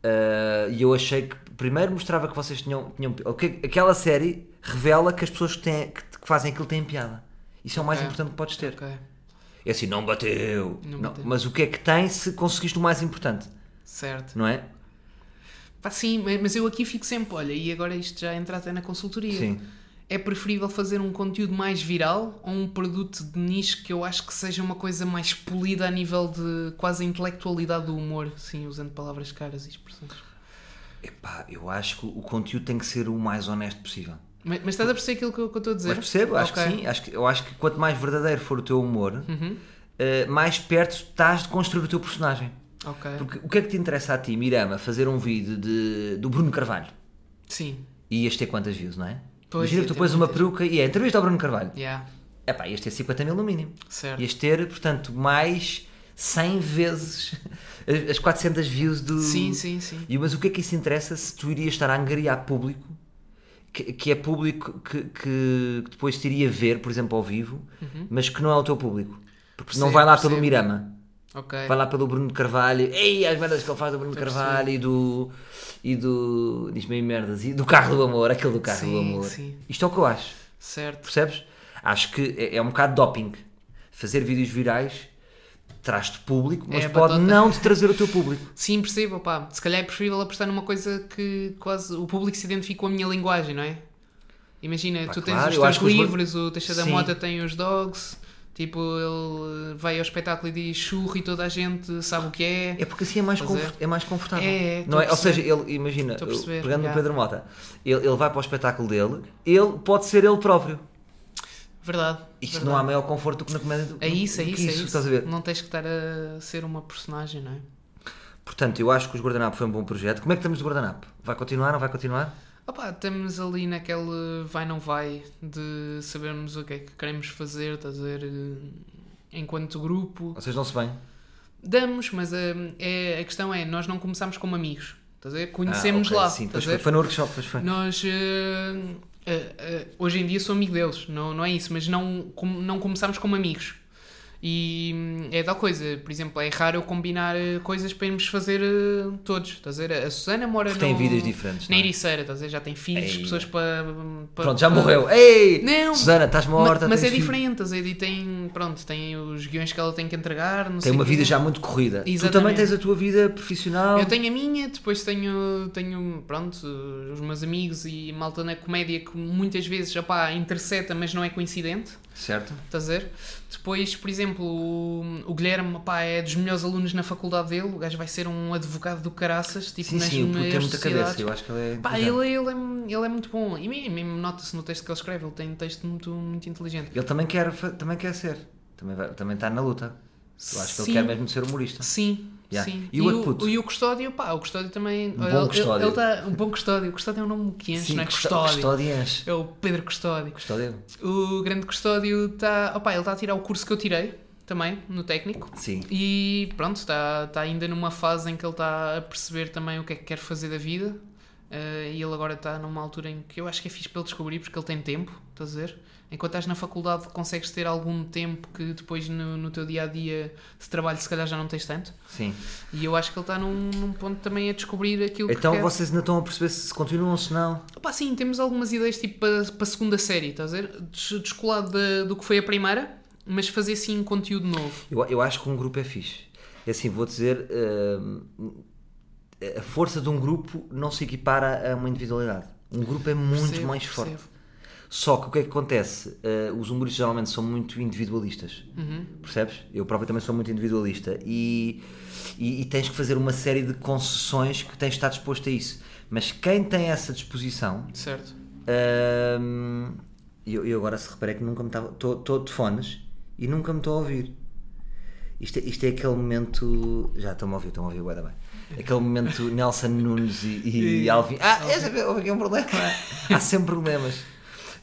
S1: Ah, e eu achei que primeiro mostrava que vocês tinham. tinham o que- aquela série revela que as pessoas que, têm, que, que fazem aquilo têm piada. Isso é o mais
S2: Ok.
S1: importante que podes ter.
S2: Ok,
S1: É assim, não bateu.
S2: Não
S1: Não,
S2: bateu.
S1: Mas o que é que tem se conseguiste o mais importante?
S2: certo.
S1: Não é?
S2: Pá, sim, mas mas eu aqui fico sempre, olha, e agora isto já entra até na consultoria.
S1: Sim.
S2: É preferível fazer um conteúdo mais viral ou um produto de nicho que eu acho que seja uma coisa mais polida a nível de quase intelectualidade do humor, sim, usando palavras caras e expressões.
S1: Epá, eu acho que o conteúdo tem que ser o mais honesto possível.
S2: Mas, mas estás a perceber aquilo que eu, que eu estou a dizer?
S1: Mas percebo, acho
S2: Ok. Uhum.
S1: que sim. Acho que, eu acho que quanto mais verdadeiro for o teu humor, eh, mais perto estás de construir o teu personagem.
S2: Ok.
S1: Porque o que é que te interessa a ti, Mirama, fazer um vídeo de, do Bruno Carvalho?
S2: Sim,
S1: E ias ter quantas views, não é?
S2: Pois,
S1: Imagina
S2: ia
S1: que tu
S2: ter
S1: pões uma
S2: muitas.
S1: peruca e é entrevista ao Bruno Carvalho.
S2: yeah,
S1: Epá, ias ter 50 mil no mínimo.
S2: certo.
S1: Ias ter, portanto, mais 100 vezes as- as 400 views do.
S2: Sim, sim, sim.
S1: E, mas o que é que isso interessa se tu irias estar a angariar público, que, que é público que, que- que depois te iria ver, por exemplo, ao vivo, mas que não é o teu público? Porque
S2: Percebo,
S1: não vai lá
S2: percebo. É.
S1: pelo Mirama,
S2: Ok.
S1: vai lá pelo Bruno de Carvalho, ei, as merdas que ele faz do Bruno de Carvalho e do. e do. diz-me aí merdas, e do carro do amor, aquele do carro do
S2: Sim,
S1: amor.
S2: sim.
S1: Isto é o que eu acho.
S2: Certo.
S1: Percebes? Acho que é, é um bocado doping. Fazer vídeos virais traz-te público, mas
S2: É a
S1: pode
S2: batota.
S1: não te trazer o teu público.
S2: Sim, percebo, pá. Se calhar é preferível apostar numa coisa que quase o público se identifique com a minha linguagem, não é? Imagina,
S1: Pá,
S2: tu
S1: claro,
S2: tens
S1: eu
S2: os
S1: acho que
S2: teus
S1: os
S2: livros, o Teixeira da
S1: Sim.
S2: Mota tem os dogs, tipo, ele eh, vai ao espetáculo e diz churro e toda a gente sabe o que é.
S1: É porque assim é mais,
S2: Pois é.
S1: confor- é. mais confortável.
S2: É, é,
S1: não
S2: estou a
S1: é? Ou seja,
S2: perceber.
S1: ele, imagina,
S2: Estou a perceber,
S1: pegando
S2: já.
S1: no Pedro Mota, ele, ele vai para o espetáculo dele, ele pode ser ele próprio.
S2: Verdade.
S1: Isto
S2: verdade.
S1: não há maior conforto do que na comédia do
S2: É isso, é
S1: do que
S2: isso, é isso.
S1: estás a ver?
S2: Não tens que estar a ser uma personagem, não é?
S1: Portanto, eu acho que os Guardanapo foi um bom projeto. Como é que estamos de Guardanapo? Vai continuar, não vai continuar?
S2: Opa, estamos ali naquele vai não vai de sabermos o que é que queremos fazer, estás a ver? eh, Enquanto grupo.
S1: Vocês não se bem?
S2: Damos, mas hum, é, a questão é, nós não começámos como amigos. Estás a ver? Conhecemos
S1: Ah, ok,
S2: lá.
S1: Sim, pois
S2: estás a
S1: foi,
S2: ver?
S1: foi no workshop, pois foi.
S2: Nós hum, eh, eh, hoje em dia sou amigo deles, não, não é isso, mas não, com- não começámos como amigos. E hum, é tal coisa, por exemplo, é raro eu combinar eh, coisas para irmos fazer eh, todos. Estás a ver? A Susana mora
S1: Porque têm
S2: no-
S1: vidas diferentes,
S2: Na
S1: não é?
S2: Ericeira, estás a ver? Já tem filhos,
S1: Ei.
S2: pessoas para. para-
S1: Pronto, já
S2: para-
S1: morreu. Ei!
S2: Não.
S1: Susana, estás
S2: Ma-
S1: morta.
S2: Mas é
S1: tens filho.
S2: diferente, estás a ver? E tem, pronto, tem os guiões que ela tem que entregar. Não
S1: Tem
S2: sei
S1: uma
S2: quê.
S1: vida já muito corrida.
S2: é.
S1: Tu
S2: Exatamente.
S1: também tens a tua vida profissional.
S2: Eu tenho a minha, depois tenho, tenho pronto, os meus amigos e malta na comédia que muitas vezes, opá, interseta, mas não é coincidente,
S1: Certo?
S2: estás a ver? Depois, por exemplo, o, o Guilherme, opá, é dos melhores alunos na faculdade dele, o gajo vai ser um advogado do caraças, tipo,
S1: Sim,
S2: nas
S1: sim, o puto tem
S2: maiores
S1: muita cabeça.
S2: sociedades.
S1: Eu acho que ele é.
S2: Pá,
S1: inteligente.
S2: ele, ele, é, ele é muito bom, e mesmo, mesmo nota-se no texto que ele escreve, ele tem um texto muito, muito inteligente.
S1: Ele também quer, fa- também quer ser. Também, vai- também está na luta. Eu acho que
S2: Sim.
S1: ele quer mesmo ser humorista.
S2: Sim.
S1: Yeah.
S2: Sim.
S1: E o outro puto?
S2: e o Custódio, pá, o Custódio também.
S1: bom
S2: ele- ele-
S1: Custódio.
S2: Ele, tá, um bom Custódio. O Custódio é um nome que enche, não é?
S1: custo-
S2: Custódio.
S1: custodians.
S2: É o Pedro Custódio.
S1: Custódio?
S2: O grande Custódio está. Opá, ele está a tirar o curso que eu tirei também, no técnico.
S1: Sim.
S2: E pronto, está, está ainda numa fase em que ele está a perceber também o que é que quer fazer da vida. Eh, e ele agora está numa altura em que eu acho que é fixe para ele descobrir, porque ele tem tempo, estás a ver? Enquanto estás na faculdade, consegues ter algum tempo que depois no, no teu dia a dia de trabalho, se calhar já não tens tanto.
S1: Sim.
S2: E eu é- acho que ele está num, num ponto também a descobrir aquilo que
S1: Então
S2: quer.
S1: vocês ainda estão a perceber se se continuam ou se não.
S2: Opa, sim, temos algumas ideias tipo para, para a segunda série, estás a ver? Des- Descolado da- do que foi a primeira, mas fazer sim conteúdo novo.
S1: Eu, eu acho que um grupo é fixe. É assim, vou dizer. hum, a força de um grupo não se equipara a uma individualidade. Um grupo é muito
S2: Percebo,
S1: mais forte.
S2: percebo.
S1: Só que o que é que acontece? Eh, os humoristas geralmente são muito individualistas. Percebes? Eu próprio também sou muito individualista. E, e, e tens que fazer uma série de concessões que tens de estar disposto a isso. Mas quem tem essa disposição.
S2: Certo.
S1: ehm, eu, eu agora se reparei que nunca me estava. Estou de fones e nunca me estou a ouvir. Isto, é- isto é aquele momento. Já estão-me a ouvir, estão-me a ouvir, bué da bem. Aquele momento Nelson Nunes e, e, Alvin. Ah, essa- houve aqui um problema. Há sempre problemas.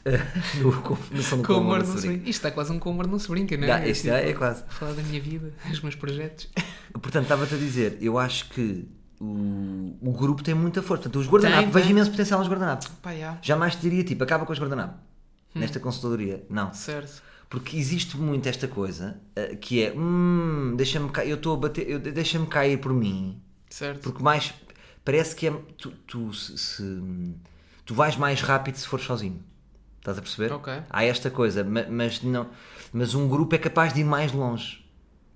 S1: eh, No, com- no som do
S2: Com o
S1: Comor
S2: amor
S1: da
S2: não se
S1: Sobrinha.
S2: brinca. Isto está quase um com o amor não se brinca, não é?
S1: Já, isto é, é quase.
S2: Falar da minha vida, dos meus projetos.
S1: Portanto, estava-te a dizer, eu acho que o, o grupo tem muita força. Portanto, os guardanapos,
S2: Tem,
S1: vejo
S2: tem.
S1: imenso potencial nos guardanapos.
S2: Pá, já.
S1: Jamais te diria, tipo, acaba com os guardanapos.
S2: Hum.
S1: Nesta consultoria, não.
S2: Certo.
S1: Porque existe muito esta coisa eh, que é, hum, deixa-me ca- eu estou a bater, eu- deixa-me cair por mim.
S2: Certo.
S1: Porque mais, parece que é, tu, tu se, se- tu vais mais rápido se fores sozinho. Estás a perceber?
S2: Ok.
S1: Há esta coisa, ma- mas, não, mas um grupo é capaz de ir mais longe.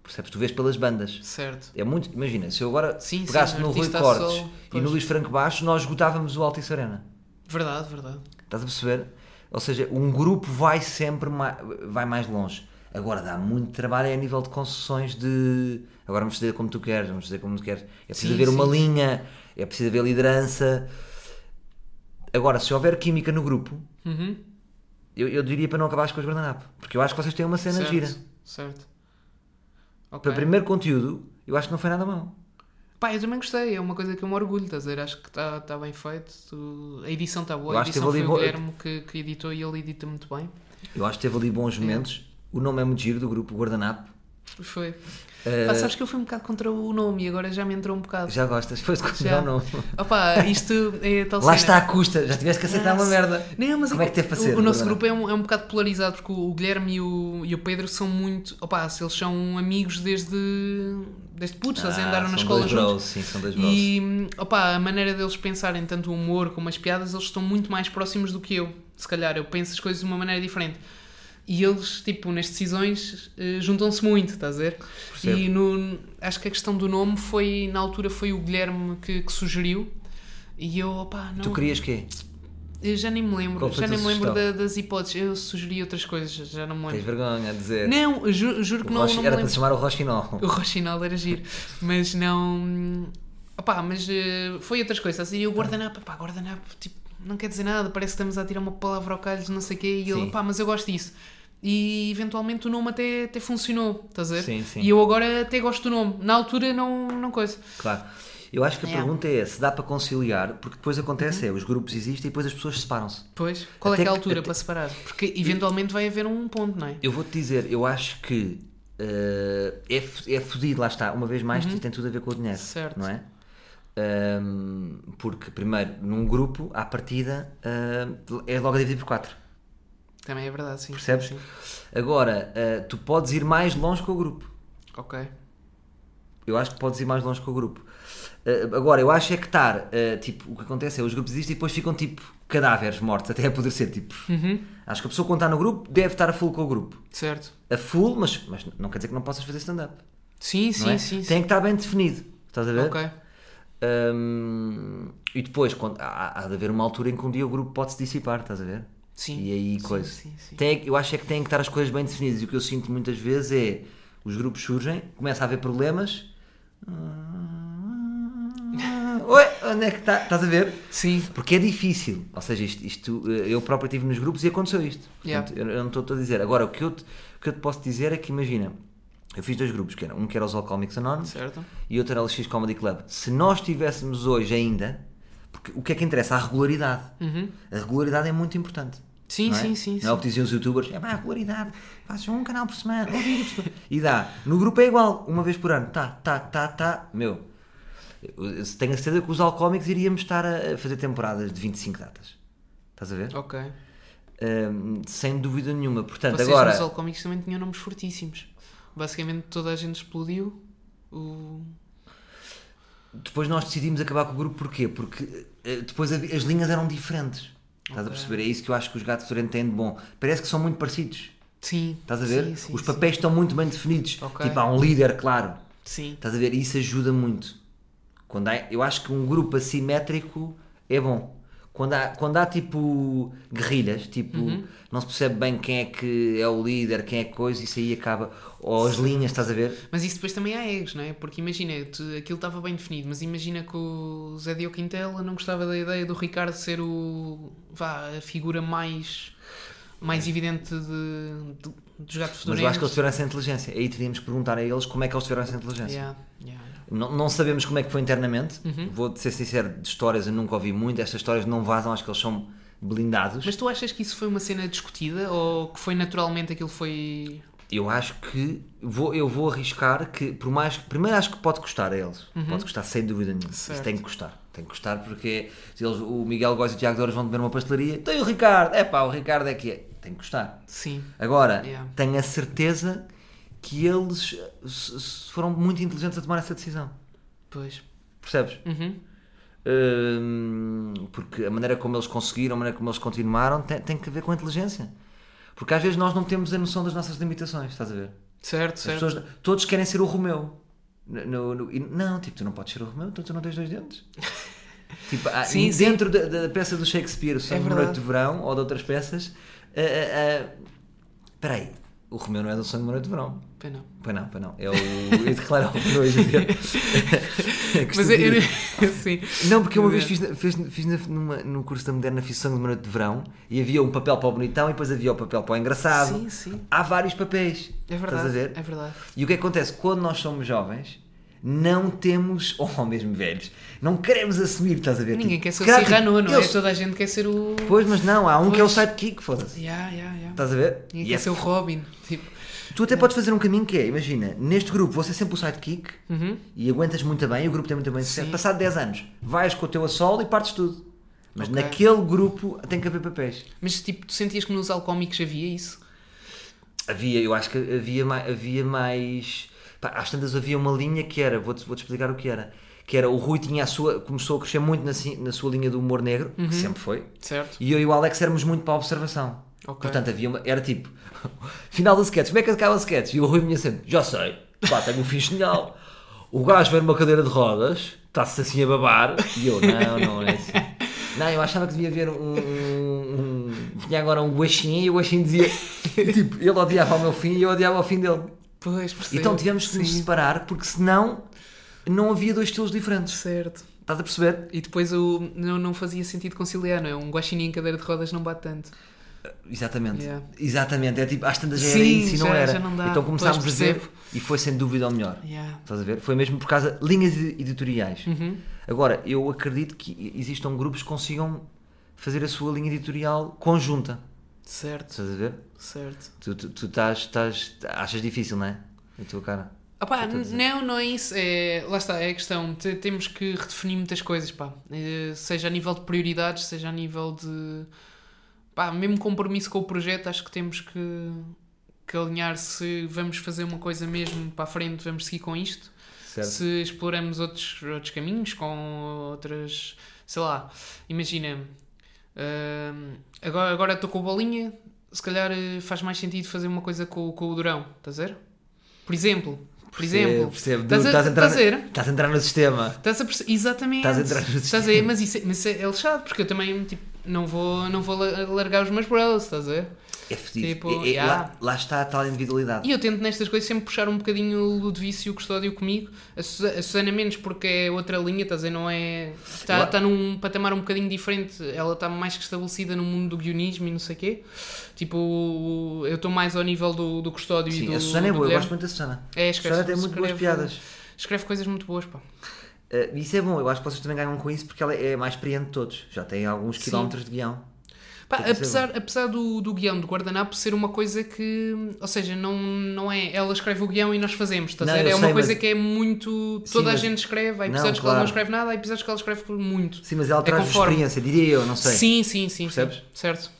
S1: Percebes? Tu vês pelas bandas.
S2: Certo.
S1: É muito, imagina, se eu agora
S2: Sim,
S1: pegasse
S2: sim,
S1: no Rui
S2: artista a
S1: Cortes
S2: solo,
S1: e
S2: pois.
S1: no Luís Franco Baixo, nós esgotávamos o Altice Arena.
S2: Verdade, verdade.
S1: Estás a perceber? Ou seja, um grupo vai sempre mais, vai mais longe. Agora dá muito trabalho é a nível de concessões de agora vamos fazer como tu queres, vamos fazer como tu queres. É preciso
S2: Sim,
S1: haver uma
S2: sim, sim.
S1: linha, é preciso haver liderança. Agora, se houver química no grupo,
S2: Uhum.
S1: eu, eu diria para não acabares com os guardanapos, porque eu acho que vocês têm uma cena
S2: certo.
S1: gira.
S2: Certo.
S1: Para
S2: Ok.
S1: o primeiro conteúdo, eu acho que não foi nada mau.
S2: Pá, eu também gostei, é uma coisa que eu me orgulho, estás a ver? Acho que está tá bem feito. tu- A edição está boa,
S1: Eu
S2: a
S1: acho que
S2: edição
S1: teve
S2: foi
S1: ali
S2: o
S1: boa-
S2: Guilherme que, que editou e ele edita muito bem.
S1: Eu acho que teve ali bons momentos. O nome é muito giro do grupo Guardanapo.
S2: Foi. Pá, sabes que eu fui um bocado contra o nome e agora já me entrou um bocado.
S1: Eh, Já gostas? Foi de
S2: Já.
S1: já. não.
S2: Opa, isto é tal
S1: Lá
S2: cena.
S1: está a custa, já tiveste que aceitar uma
S2: Ah,
S1: merda.
S2: Não, mas
S1: Como é que teve para
S2: o-
S1: ser,
S2: O, nosso
S1: Bárbara?
S2: grupo é um, é um bocado polarizado porque o o Guilherme e o, e o Pedro são muito. Opá, se eles são amigos desde. desde putos, eles
S1: Ah,
S2: andaram na
S1: são
S2: escola
S1: dois
S2: juntos.
S1: bros, sim, são dois bros.
S2: E opá, a maneira deles pensarem tanto o humor como as piadas, eles estão muito mais próximos do que eu. Se calhar eu penso as coisas de uma maneira diferente. E eles, tipo, nas decisões eh, juntam-se muito, estás a ver?
S1: Percebo.
S2: E no, acho que a questão do nome foi, na altura, foi o Guilherme que, que sugeriu. E eu, opá, não.
S1: Tu querias quê?
S2: Eu já nem me lembro,
S1: Qual foi
S2: já
S1: a
S2: nem
S1: tua
S2: me lembro
S1: sugestão?
S2: da- das hipóteses. Eu sugeri outras coisas, já não me
S1: Tens
S2: lembro.
S1: vergonha a dizer.
S2: Não, ju- juro que
S1: O
S2: não,
S1: Rocha-
S2: não me
S1: era para
S2: lembro.
S1: se chamar o Rochinol.
S2: O Rochinaldo era giro, mas não. Opá, mas eh, foi outras coisas. E o
S1: Tá
S2: guardanapo, pá, guardanapo, tipo, não quer dizer nada, parece que estamos a tirar uma palavra ao calho, de não sei o quê, e ele,
S1: Sim.
S2: pá, mas eu gosto disso. E eventualmente o nome até, até funcionou, estás a ver?
S1: Sim, sim.
S2: E eu agora até gosto do nome. Na altura não, não coisa.
S1: Claro. Eu acho que a
S2: É. Uhum.
S1: pergunta é se dá para conciliar, porque depois acontece é, os grupos existem e depois as pessoas separam-se.
S2: Pois, qual
S1: Até
S2: é que é a
S1: que-
S2: altura
S1: até-
S2: para separar? Porque eventualmente vai haver um ponto, não é?
S1: Eu vou-te dizer, eu acho que eh, é, f- é fodido, lá está, uma vez mais, tem tudo a ver com o dinheiro,
S2: Uhum. Certo.
S1: não é? Ahm, porque, primeiro, num grupo, à partida, ahm, é logo a dividir por 4,
S2: Também é verdade, sim.
S1: percebes?
S2: Sim.
S1: Agora, ah, tu podes ir mais longe com o grupo.
S2: Ok.
S1: Eu acho que podes ir mais longe com o grupo. Ah, agora, eu acho é que estar, ah, tipo, o que acontece é os grupos existem e depois ficam tipo cadáveres mortos, até apodrecer, tipo.
S2: Uhum.
S1: Acho que a pessoa quando está no grupo deve estar a full com o grupo.
S2: Certo.
S1: A full, mas, mas não quer dizer que não possas fazer stand-up.
S2: Sim,
S1: não
S2: sim,
S1: é?
S2: sim. sim.
S1: Tem que estar bem definido. Estás a ver?
S2: Ok.
S1: Hum, e depois, quando, há, há de haver uma altura em que um dia o grupo pode se dissipar, estás a ver?
S2: Sim.
S1: E aí,
S2: Sim,
S1: coisa.
S2: sim, sim.
S1: Tem- eu acho é que têm que estar as coisas bem definidas. E o que eu sinto muitas vezes é os grupos surgem, começa a haver problemas. Oi, onde é que está? Estás a ver?
S2: Sim.
S1: Porque é difícil. Ou seja, isto, isto, eh, eu próprio estive nos grupos e aconteceu isto.
S2: Yeah.
S1: Portanto, eu eu não estou a dizer. Agora, o que eu, te, o que eu te posso dizer é que, imagina, eu fiz dois grupos, que era, um que era os All Comics Anonymous
S2: Certo.
S1: e outro era o LX Comedy Club. Se nós tivéssemos hoje ainda, porque o que é que interessa? A regularidade. A regularidade é muito importante.
S2: Uhum. Sim,
S1: não é?
S2: sim, sim,
S1: Não é o que diziam os youtubers, é pá, regularidade, fazes um canal por semana, um vídeo por semana. E dá. No grupo é igual, uma vez por ano. Tá, tá, tá, tá. Meu, eu tenho a certeza que os Alcomics iríamos estar a fazer temporadas de 25 datas. Estás a ver?
S2: Ok.
S1: Ahm, sem dúvida nenhuma. Portanto,
S2: Vocês
S1: agora.
S2: nos Alcomics também tinham nomes fortíssimos. Basicamente toda a gente explodiu. O...
S1: Depois nós decidimos acabar com o grupo porquê? Porque eh, depois havi- as linhas eram diferentes. Estás a
S2: Ok.
S1: perceber? É isso que eu acho que os gatos Torrente têm de bom. Parece que são muito parecidos.
S2: Sim.
S1: Estás a ver?
S2: Sim, sim,
S1: Os
S2: sim.
S1: papéis estão muito bem definidos.
S2: Ok.
S1: Tipo, há um líder, claro.
S2: Sim.
S1: Estás a ver? E isso ajuda muito. Quando há, eu acho que um grupo assimétrico é bom. Quando há, quando há tipo guerrilhas, tipo,
S2: Uhum.
S1: não se percebe bem quem é que é o líder, quem é que coisa, isso aí acaba. Ou as linhas, estás a ver?
S2: Mas isso depois também há egos, não é? Porque imagina, tu- aquilo estava bem definido, mas imagina que o Zé Dio Quintela não gostava da ideia do Ricardo ser o. vá, a figura mais. mais evidente de, de- dos gatos
S1: Mas
S2: futuros.
S1: eu acho que eles tiveram essa inteligência. Aí teríamos que perguntar a eles como é que eles tiveram essa inteligência.
S2: Yeah, yeah.
S1: Não, não sabemos como é que foi internamente.
S2: Uhum.
S1: Vou ser sincero, de histórias eu nunca ouvi muito. Estas histórias não vazam, acho que eles são blindados.
S2: Mas tu achas que isso foi uma cena discutida ou que foi naturalmente aquilo foi.
S1: Eu acho que vou, eu vou arriscar que, por mais que- primeiro acho que pode custar a eles. Pode custar sem dúvida nenhuma.
S2: Uhum. Certo.
S1: Isso tem que custar. Tem que custar porque se eles, o Miguel Góes e o Tiago Dores vão comer uma pastelaria. Tem o Ricardo. É pá, o Ricardo é que é. Tem que custar.
S2: Sim.
S1: Agora,
S2: Yeah.
S1: tenho a certeza que eles eh, s- s- foram muito inteligentes a tomar essa decisão.
S2: Pois.
S1: Percebes?
S2: Uhum.
S1: Hum, porque a maneira como eles conseguiram, a maneira como eles continuaram, tem, tem que ver com a inteligência. Porque às vezes nós não temos a noção das nossas limitações, estás a ver?
S2: Certo,
S1: As
S2: certo.
S1: pessoas, todos querem ser o Romeu. No- no- no- e não, tipo, tu não podes ser o Romeu, então tu não tens dois dentes. tipo, há-
S2: Sim,
S1: e
S2: sim. É
S1: dentro da, da peça do Shakespeare, o Sonho de uma
S2: verdade.
S1: Noite de Verão, ou de outras peças, ah, ah, ah, espera aí, o Romeu não é do Sonho de uma Noite de Verão.
S2: Pena.
S1: Pois não, pois não. É o. Eu declaro ao Romeu hoje em dia. É que
S2: Mas eu,
S1: estúpido.
S2: eu- sim.
S1: Não, porque eu uma
S2: Mas
S1: vez fiz, na- fiz, fiz na- numa, num curso da Moderna fiz sangue de uma noite de verão e havia um papel para o bonitão e depois havia o papel para o engraçado.
S2: Sim, sim.
S1: Há vários papéis.
S2: É
S1: Estás
S2: verdade.
S1: a ver?
S2: É verdade.
S1: E o que acontece? Quando nós somos jovens, não temos, ou mesmo velhos, não queremos assumir, estás a ver?
S2: Ninguém
S1: Tipo,
S2: quer ser o
S1: se calhar,
S2: Serrano, não
S1: eu
S2: é?
S1: sou-
S2: Toda a gente quer ser o.
S1: Pois, mas não, há um que é o
S2: Pois.
S1: sidekick, foda-se.
S2: Yeah, yeah, yeah.
S1: Estás a ver?
S2: Ninguém
S1: E é
S2: quer ser o Robin. Tipo.
S1: Tu até podes fazer um caminho que é, imagina, neste grupo você é sempre o sidekick e aguentas muito bem, e o grupo tem muito bem sucesso.
S2: Uhum. Sim.
S1: Passado 10 anos, vais com o teu a solo e partes tudo. Mas
S2: Ok.
S1: naquele grupo tem que haver papéis.
S2: Mas tipo, tu sentias que nos alcoómicos havia isso?
S1: Havia, eu acho que havia mais. Havia mais pá, às tantas havia uma linha que era, vou-te vou-te explicar o que era. Que era o Rui tinha a sua, começou a crescer muito na, si- na sua linha do humor negro,
S2: Uhum.
S1: que sempre foi,
S2: Certo.
S1: e eu e o Alex éramos muito para a observação.
S2: Ok.
S1: Portanto, havia uma, era tipo, final do sketch, como é que acaba o sketch? E o Rui vinha sempre, já sei, pá, tenho um fim genial. O gajo vem numa cadeira de rodas, está-se assim a babar, e eu, não, não, não é assim. Não, eu achava que devia haver um. um, um tinha agora um guaxinho e o guaxinho dizia. e, tipo, ele odiava o meu fim e eu odiava o fim dele.
S2: Pois, percebo.
S1: Então tivemos que nos separar porque senão não havia dois estilos diferentes.
S2: Certo.
S1: Estás a perceber?
S2: E depois o... não, não fazia sentido conciliar, não é? Um guaxininho em cadeira de rodas não bate tanto.
S1: Exatamente.
S2: Yeah.
S1: Exatamente. É tipo, às tantas já era
S2: Sim,
S1: isso e não
S2: já-
S1: era.
S2: já não dá.
S1: Então começámos
S2: Pois,
S1: a dizer
S2: percebo.
S1: e foi sem dúvida o melhor.
S2: Yeah.
S1: Estás a ver? Foi mesmo por causa de linhas ed- editoriais.
S2: Uhum.
S1: Agora, eu acredito que existam grupos que consigam fazer a sua linha editorial conjunta.
S2: Certo,
S1: Estás a ver?
S2: certo.
S1: Tu, tu, tu estás, estás, achas difícil, não é? A tua cara.
S2: Ah pá, não, não é isso. É, lá está, é a questão. Te- temos que redefinir muitas coisas, pá. Eh, seja a nível de prioridades, seja a nível de. Pá, mesmo compromisso com o projeto, acho que temos que, que alinhar se vamos fazer uma coisa mesmo para a frente, vamos seguir com isto.
S1: Certo.
S2: Se exploramos outros, outros caminhos com outras. Sei lá, imagina. hum, agora agora estou com a bolinha, se calhar eh, faz mais sentido fazer uma coisa com, com o Durão, estás a ver? Por exemplo. Por exemplo.
S1: Percebo, percebo.
S2: Estás
S1: Tu
S2: a,
S1: estás a entrar-
S2: estás a ver?
S1: Estás a entrar no sistema.
S2: Estás a perce- Exatamente.
S1: Estás a entrar no
S2: Estás a ver? Mas isso, é- mas isso é lixado, porque eu também tipo, não, vou, não vou la- largar os meus brothers, estás a ver?
S1: É fedido.
S2: Tipo,
S1: É- é-
S2: yeah.
S1: lá, lá está a tal individualidade.
S2: E eu tento nestas coisas sempre puxar um bocadinho o Ludovício e o Custódio comigo. A, Susa- a Susana menos porque é outra linha, estás a dizer, não é... Está,
S1: Ela-
S2: está num patamar um bocadinho diferente. Ela está mais que estabelecida no mundo do guionismo e não sei quê. Tipo, eu estou mais ao nível do, do Custódio e
S1: Sim,
S2: do
S1: a Susana é
S2: do
S1: boa, eu
S2: Guilherme.
S1: gosto muito da Susana.
S2: É,
S1: a Susana tem muito boas
S2: escreve-
S1: piadas.
S2: Escreve coisas muito boas, pá.
S1: Eh, isso é bom, eu acho que vocês também ganham com isso porque ela é mais experiente de todos. Já tem alguns quilómetros de guião.
S2: Pá,
S1: Tem que ser
S2: apesar, apesar do, do guião do guardanapo ser uma coisa que, ou seja, não, não é ela escreve o guião e nós fazemos, estás a
S1: Não,
S2: ver?
S1: eu
S2: É uma
S1: sei,
S2: coisa
S1: mas-
S2: que é muito.
S1: Sim,
S2: Toda a
S1: mas-
S2: gente escreve, há
S1: Não,
S2: episódios que ela não
S1: claro.
S2: escreve nada, há episódios que ela escreve muito.
S1: Sim, mas ela
S2: É
S1: traz
S2: conforme.
S1: experiência, diria eu, não sei.
S2: Sim, sim, sim.
S1: Percebes?
S2: sim, Certo.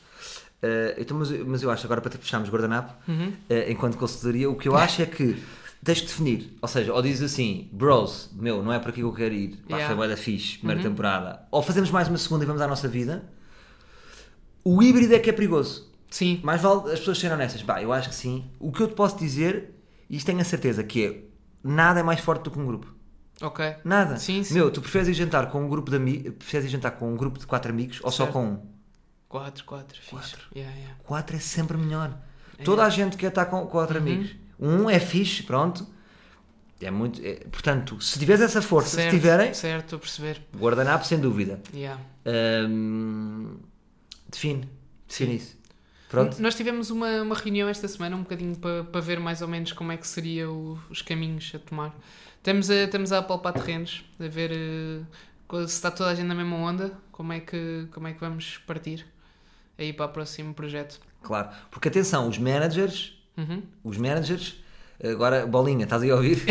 S1: Eh, então, mas, eu- mas eu acho, agora para te fecharmos guardanapo,
S2: Uhum.
S1: eh, enquanto consultoria, o que eu acho é que tens que definir. Ou seja, ou dizes assim, bros, meu, não é para aqui que eu quero ir, pá,
S2: Yeah. Uhum.
S1: foi bué da fixe, primeira temporada. Ou fazemos mais uma segunda e vamos à nossa vida. O híbrido é que é perigoso.
S2: Sim.
S1: Mais vale as pessoas serem honestas. Bah, eu acho que sim. O que eu te posso dizer, e isto tenho a certeza, que é nada é mais forte do que um grupo.
S2: Ok.
S1: Nada.
S2: Sim, sim.
S1: Meu, tu preferes ir jantar com um grupo de amigos, preferes ir jantar com um grupo de quatro amigos ou só
S2: Certo.
S1: com um?
S2: quatro quatro fixe. Yeah, yeah.
S1: Quatro é sempre melhor.
S2: É.
S1: Toda a gente quer estar com
S2: Uhum.
S1: quatro amigos. Um é fixe, pronto. É muito. é- portanto, se tiveres essa força,
S2: Certo,
S1: se tiverem,
S2: Certo, estou a perceber.
S1: guardanapo sem dúvida.
S2: Yeah.
S1: Hum, define. Define isso. Pronto.
S2: N- Nós tivemos uma, uma reunião esta semana, um bocadinho para ver mais ou menos como é que seria o- os caminhos a tomar. Estamos a, estamos a apalpar terrenos, a ver eh, co- se está toda a gente na mesma onda, como é que, como é que vamos partir aí para o próximo projeto.
S1: Claro. Porque atenção, os managers
S2: Uhum.
S1: os managers, agora bolinha, estás aí a ouvir?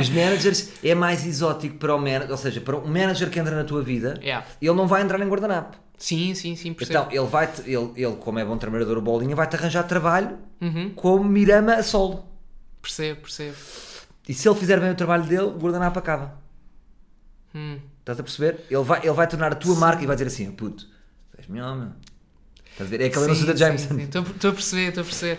S1: os managers é mais exótico para o manager, ou seja, para um manager que entra na tua vida,
S2: Yeah.
S1: ele não vai entrar em guardanapo.
S2: Sim, sim, sim, percebo.
S1: Então, ele vai ele, ele, como é bom trabalhador, o bolinha, vai-te arranjar trabalho
S2: Uhum.
S1: como Mirama a solo.
S2: Percebo, percebo.
S1: E se ele fizer bem o trabalho dele, o guardanapo acaba.
S2: Hum.
S1: Estás a perceber? Ele vai, ele vai tornar a tua marca e vai dizer assim: puto, tu és melhor, meu. Estás a ver? É aquela
S2: Sim,
S1: noção da
S2: sim,
S1: Jameson.
S2: sim. Estou estou a perceber, estou a perceber.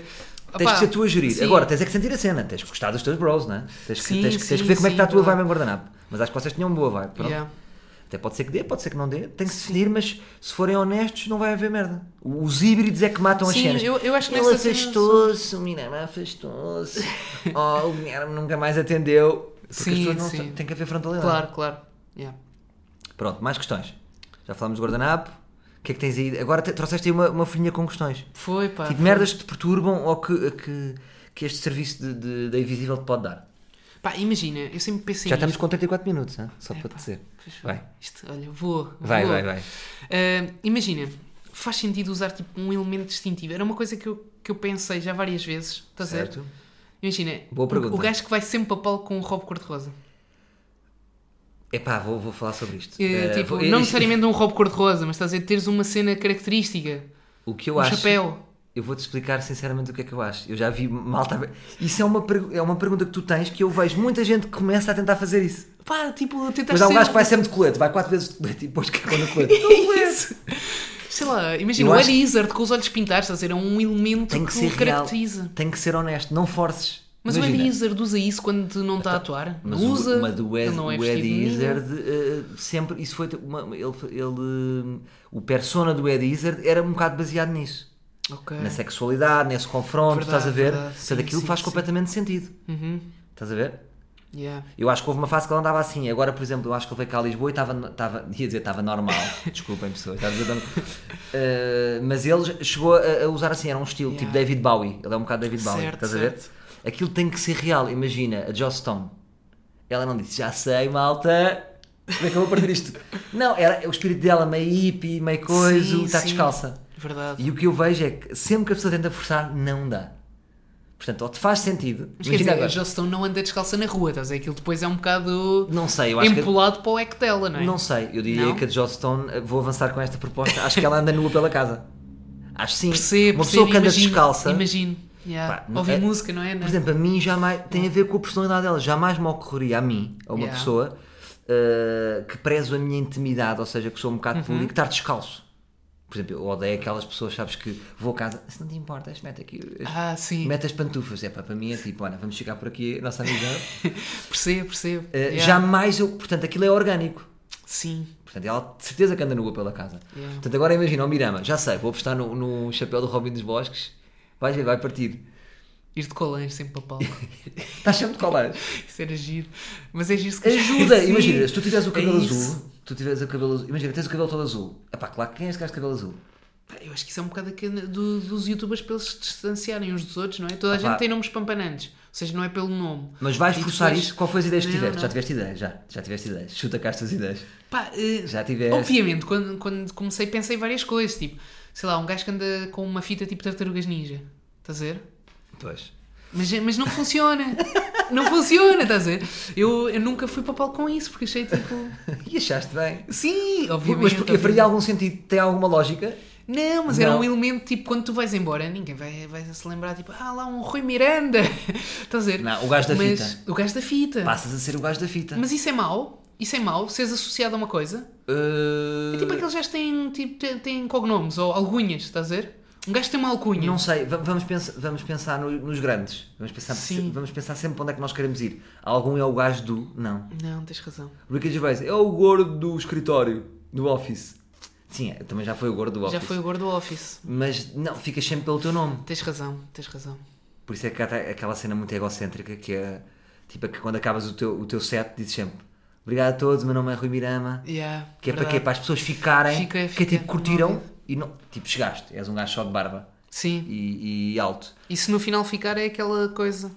S1: Tens
S2: Opa,
S1: que ser tu a gerir.
S2: sim.
S1: Agora, tens é que sentir a cena, tens que gostar dos teus bros, não é? Tens que,
S2: Sim,
S1: tens, que- tens
S2: sim,
S1: que ver como é que está a
S2: sim,
S1: tua
S2: verdade.
S1: vibe em guardanapo. Mas acho que vocês tinham boa vibe. Pronto.
S2: Yeah.
S1: Até pode ser que dê, pode ser que não dê. Tem que se definir, mas se forem honestos, não vai haver merda. Os híbridos é que matam
S2: Sim,
S1: as cenas.
S2: eu- eu acho que
S1: Ele
S2: nessa cena-
S1: afastou-se, o Mirama afastou-se, oh, o Guilherme nunca mais atendeu. Porque
S2: Sim,
S1: as pessoas não
S2: sim.
S1: sa- Tem que haver frontalidade.
S2: Claro, claro. Yeah.
S1: Pronto, mais questões. Já falámos do guardanapo. O que é que tens aí? Agora te- trouxeste aí uma, uma folhinha com questões.
S2: Foi, pá.
S1: Tipo,
S2: foi.
S1: merdas que te perturbam ou que, que, que este serviço de, de- da Invisível te pode dar.
S2: Pá, imagina, eu sempre pensei
S1: Já
S2: nisto.
S1: estamos com 34 minutos, hein? só para
S2: Epá,
S1: te dizer.
S2: pois foi.
S1: Vai,
S2: Isto, olha, vou.
S1: vai,
S2: vou.
S1: vai. vai.
S2: Ah, imagina, faz sentido usar tipo um elemento distintivo. Era uma coisa que eu, que eu pensei já várias vezes, estás certo?
S1: Certo?
S2: Imagina,
S1: Boa
S2: o-
S1: pergunta.
S2: o gajo que vai sempre para palco com um roubo cor-de-rosa.
S1: Epá, vou, vou falar sobre isto.
S2: Eh,
S1: Eh,
S2: tipo,
S1: vou-
S2: não
S1: eh,
S2: necessariamente um roubo cor-de-rosa, mas estás a dizer, teres uma cena característica.
S1: O que eu
S2: um
S1: acho.
S2: chapéu.
S1: Eu vou-te explicar sinceramente o que é que eu acho. Eu já vi malta. Isso é uma, pergu- é uma pergunta que tu tens que eu vejo muita gente que começa a tentar fazer isso.
S2: Pá, tipo, tentas
S1: Mas há um
S2: ser-
S1: gajo que vai sempre de colete, vai quatro vezes de colete e depois cagou no colete.
S2: Isso. Sei lá, imagina
S1: Eu
S2: o
S1: acho-
S2: Eddie Izzard com os olhos pintados, estás a dizer, é um elemento
S1: Tem
S2: que,
S1: que ser
S2: o
S1: real.
S2: caracteriza.
S1: Tem que ser honesto, não forces.
S2: Mas
S1: Imagina,
S2: o Eddie Izzard usa isso quando não está a atuar.
S1: Mas
S2: não
S1: o-
S2: usa,
S1: mas o, Ed,
S2: ele não é
S1: o
S2: vestido de
S1: Eddie
S2: ninguém.
S1: Izzard eh, sempre. Isso foi. uma- ele, ele, eh, o persona do Eddie Izzard era um bocado baseado nisso.
S2: Ok.
S1: Na sexualidade, nesse confronto,
S2: É. Verdade,
S1: estás a ver?
S2: verdade.
S1: Portanto,
S2: Sim,
S1: aquilo
S2: sim,
S1: faz
S2: sim. Uhum.
S1: completamente sentido. Estás a ver?
S2: Yeah.
S1: Eu acho que houve uma fase que ele andava assim. Agora, por exemplo, eu acho que ele veio cá a Lisboa e estava. estava ia dizer, estava normal. Desculpem, pessoas. estava a dizer normal. Eh, mas ele chegou a, a usar assim. Era um estilo tipo
S2: Yeah.
S1: David Bowie. Ele é um bocado David Bowie.
S2: Certo,
S1: estás a
S2: certo.
S1: ver? Aquilo tem que ser real. Imagina, a Joss Stone. Ela não disse, já sei, malta. Como é que eu vou perder isto? não, era o espírito dela meio hippie, meio coisa,
S2: Sim,
S1: está
S2: sim.
S1: tá descalça.
S2: Verdade.
S1: E o que eu vejo é que sempre que a pessoa tenta forçar, não dá. Portanto, ou te faz sentido.
S2: Mas quer
S1: imagina
S2: dizer,
S1: agora.
S2: a Justin não anda descalça na rua, estás a dizer, aquilo depois é um bocado
S1: Não sei, eu acho que. é
S2: empolado para o eco dela, não é?
S1: Não sei, eu diria
S2: Não?
S1: que a Joss Stone, eh, vou avançar com esta proposta, acho que ela anda nua pela casa. Acho sim.
S2: Percebo,
S1: Uma
S2: percebo,
S1: pessoa que anda
S2: imagino,
S1: descalça,
S2: Imagino. Yeah.
S1: Pá, não
S2: Ouvir
S1: é-
S2: música, não é? Não
S1: por
S2: é?
S1: exemplo, a mim jamais. tem a ver com a personalidade dela, jamais me ocorreria a mim, a uma
S2: Yeah.
S1: pessoa eh, que prezo a minha intimidade, ou seja, que sou um
S2: Uhum.
S1: bocado público, estar descalço. Por exemplo, eu odeio aquelas pessoas, sabes, que vou a casa, se não te importas, mete aqui.
S2: Ah, sim.
S1: Mete as pantufas, é pá, para mim é tipo, olha, vamos chegar por aqui, nossa amiga.
S2: Percebo, percebo.
S1: Eh,
S2: Yeah.
S1: Jamais eu, portanto, aquilo é orgânico.
S2: Sim.
S1: Portanto, ela de certeza que anda nua pela casa.
S2: Yeah.
S1: Portanto, agora imagina, o Mirama, já sei, vou apostar no, no chapéu do Robin dos Bosques, vais ver, vai partir.
S2: Ir de colãs sem papel.
S1: Estás sempre de colares.
S2: Isso era giro. Mas é giro se calhar.
S1: Ajuda!
S2: Sim.
S1: Imagina, se tu tiveres o
S2: É
S1: cabelo
S2: isso.
S1: azul, tu tiveres o cabelo azul, imagina, tens o cabelo todo azul. Epá, claro, quem é esse gajo de cabelo azul?
S2: Pá, Eu acho que isso é um bocado aqui do- dos youtubers para eles se distanciarem uns dos outros, não é? Toda a
S1: Opa.
S2: gente tem nomes pampanantes, ou seja, não é pelo nome.
S1: Mas vais
S2: E
S1: forçar
S2: depois-
S1: isso? Qual foi as ideias que
S2: Não,
S1: tiveste?
S2: não.
S1: Já tiveste ideias? Já, já tiveste ideias. Chuta cá as tuas ideias.
S2: Pá, eh,
S1: Já tiveste.
S2: Obviamente, quando, quando comecei pensei várias coisas, tipo, sei lá, um gajo que anda com uma fita tipo tartarugas ninja, estás a ver?
S1: Pois.
S2: Mas, mas não funciona, não funciona, estás a ver? Eu, eu nunca fui para pau com isso, porque achei tipo,
S1: E achaste bem.
S2: sim, obviamente.
S1: Mas porque
S2: obviamente.
S1: faria algum sentido? Tem alguma lógica?
S2: Não, mas era
S1: Não.
S2: um elemento tipo quando tu vais embora, ninguém vai, vai se lembrar, tipo, ah lá um Rui Miranda. Estás a ver?
S1: Não, o gajo da
S2: Mas- O gajo da fita.
S1: Passas a ser o gajo da fita.
S2: Mas isso é mau? Isso é mau? Seres associado a uma coisa?
S1: Eh,
S2: É tipo aqueles gajos que têm, tipo, têm- têm cognomes ou alcunhas, estás a ver? Um gajo tem uma alcunha.
S1: Não sei, va- vamos pensar, vamos pensar no- nos grandes. Vamos pensar,
S2: Sim.
S1: vamos pensar sempre para onde é que nós queremos ir. Algum é o gajo do. Não.
S2: Não, tens razão.
S1: Ricky Gervais é o gordo do escritório, do office. Sim, é, também já foi o gordo do office.
S2: Já foi o gordo office.
S1: Mas não, ficas sempre pelo teu nome.
S2: Tens razão, tens razão.
S1: Por isso é que há até aquela cena muito egocêntrica que é tipo é que quando acabas o teu, o teu set dizes sempre Obrigado a todos, meu nome é Rui Mirama.
S2: Yeah,
S1: Que é para
S2: verdade.
S1: quê? Para as pessoas ficarem,
S2: Fica-
S1: que é
S2: fica
S1: tipo curtiram
S2: comovido.
S1: e não, tipo chegaste, és um gajo só de barba
S2: Sim.
S1: e, e alto.
S2: E se no final ficar é aquela coisa.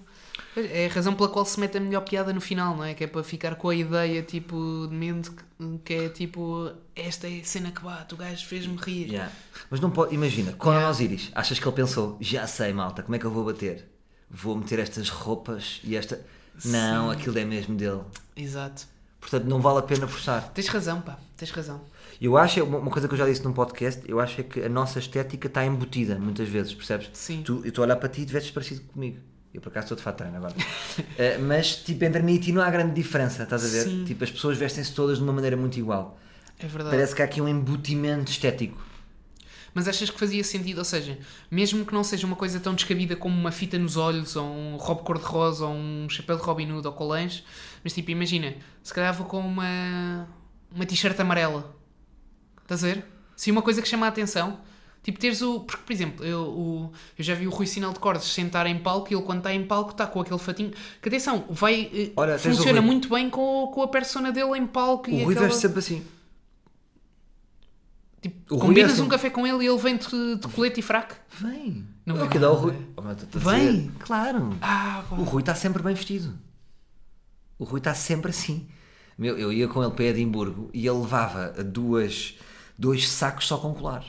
S2: É a razão pela qual se mete a melhor piada no final, não é? Que é para ficar com a ideia, tipo, de mente que- que é tipo, esta é a cena que bate, o gajo fez-me rir.
S1: Yeah. Mas não pode, imagina, Conan
S2: Yeah.
S1: Osiris, achas que ele pensou, já sei, malta, como é que eu vou bater? Vou meter estas roupas e esta. Não, aquilo é mesmo dele.
S2: Exato.
S1: Portanto, não vale a pena forçar.
S2: Tens razão, pá, tens razão.
S1: Eu acho, é uma uma coisa que eu já disse num podcast, eu acho é que a nossa estética está embutida muitas vezes, percebes?
S2: Sim.
S1: Tu, eu estou a olhar para ti e tu vestes parecido comigo. Eu por acaso estou de fato treino agora. Eh, mas tipo, entre mim e ti não há grande diferença, estás a ver?
S2: Sim.
S1: Tipo, as pessoas vestem-se todas de uma maneira muito igual.
S2: É verdade.
S1: Parece que há aqui um embutimento estético.
S2: Mas achas que fazia sentido? Ou seja, mesmo que não seja uma coisa tão descabida como uma fita nos olhos, ou um robe cor-de-rosa, ou um chapéu de Robin Hood, ou colãs, mas tipo, imagina, se calhar vou com uma, uma t-shirt amarela. Estás a ver? Sim, uma coisa que chama a atenção. Tipo, teres o. Porque, por exemplo, eu, o- eu já vi o Rui Sinal de Cordes sentar em palco e ele, quando está em palco, está com aquele fatinho. Que atenção, vai. eh,
S1: Olha, tens o
S2: funciona
S1: Rui.
S2: muito bem com, com a persona dele em palco
S1: O
S2: e
S1: Rui
S2: aquela...
S1: veste sempre assim.
S2: Tipo,
S1: o Rui é assim.
S2: combinas
S1: veste-
S2: um café com ele e ele vem-te de colete e fraco.
S1: Vem.
S2: Não
S1: é
S2: vem
S1: o que dá o
S2: nada.
S1: Rui. Oh, mas eu estou a
S2: Vem.
S1: dizer, Claro.
S2: Ah, pá.
S1: O Rui está sempre bem vestido. O Rui está sempre assim. Meu, eu ia com ele para Edimburgo e ele levava duas, dois sacos só com colares.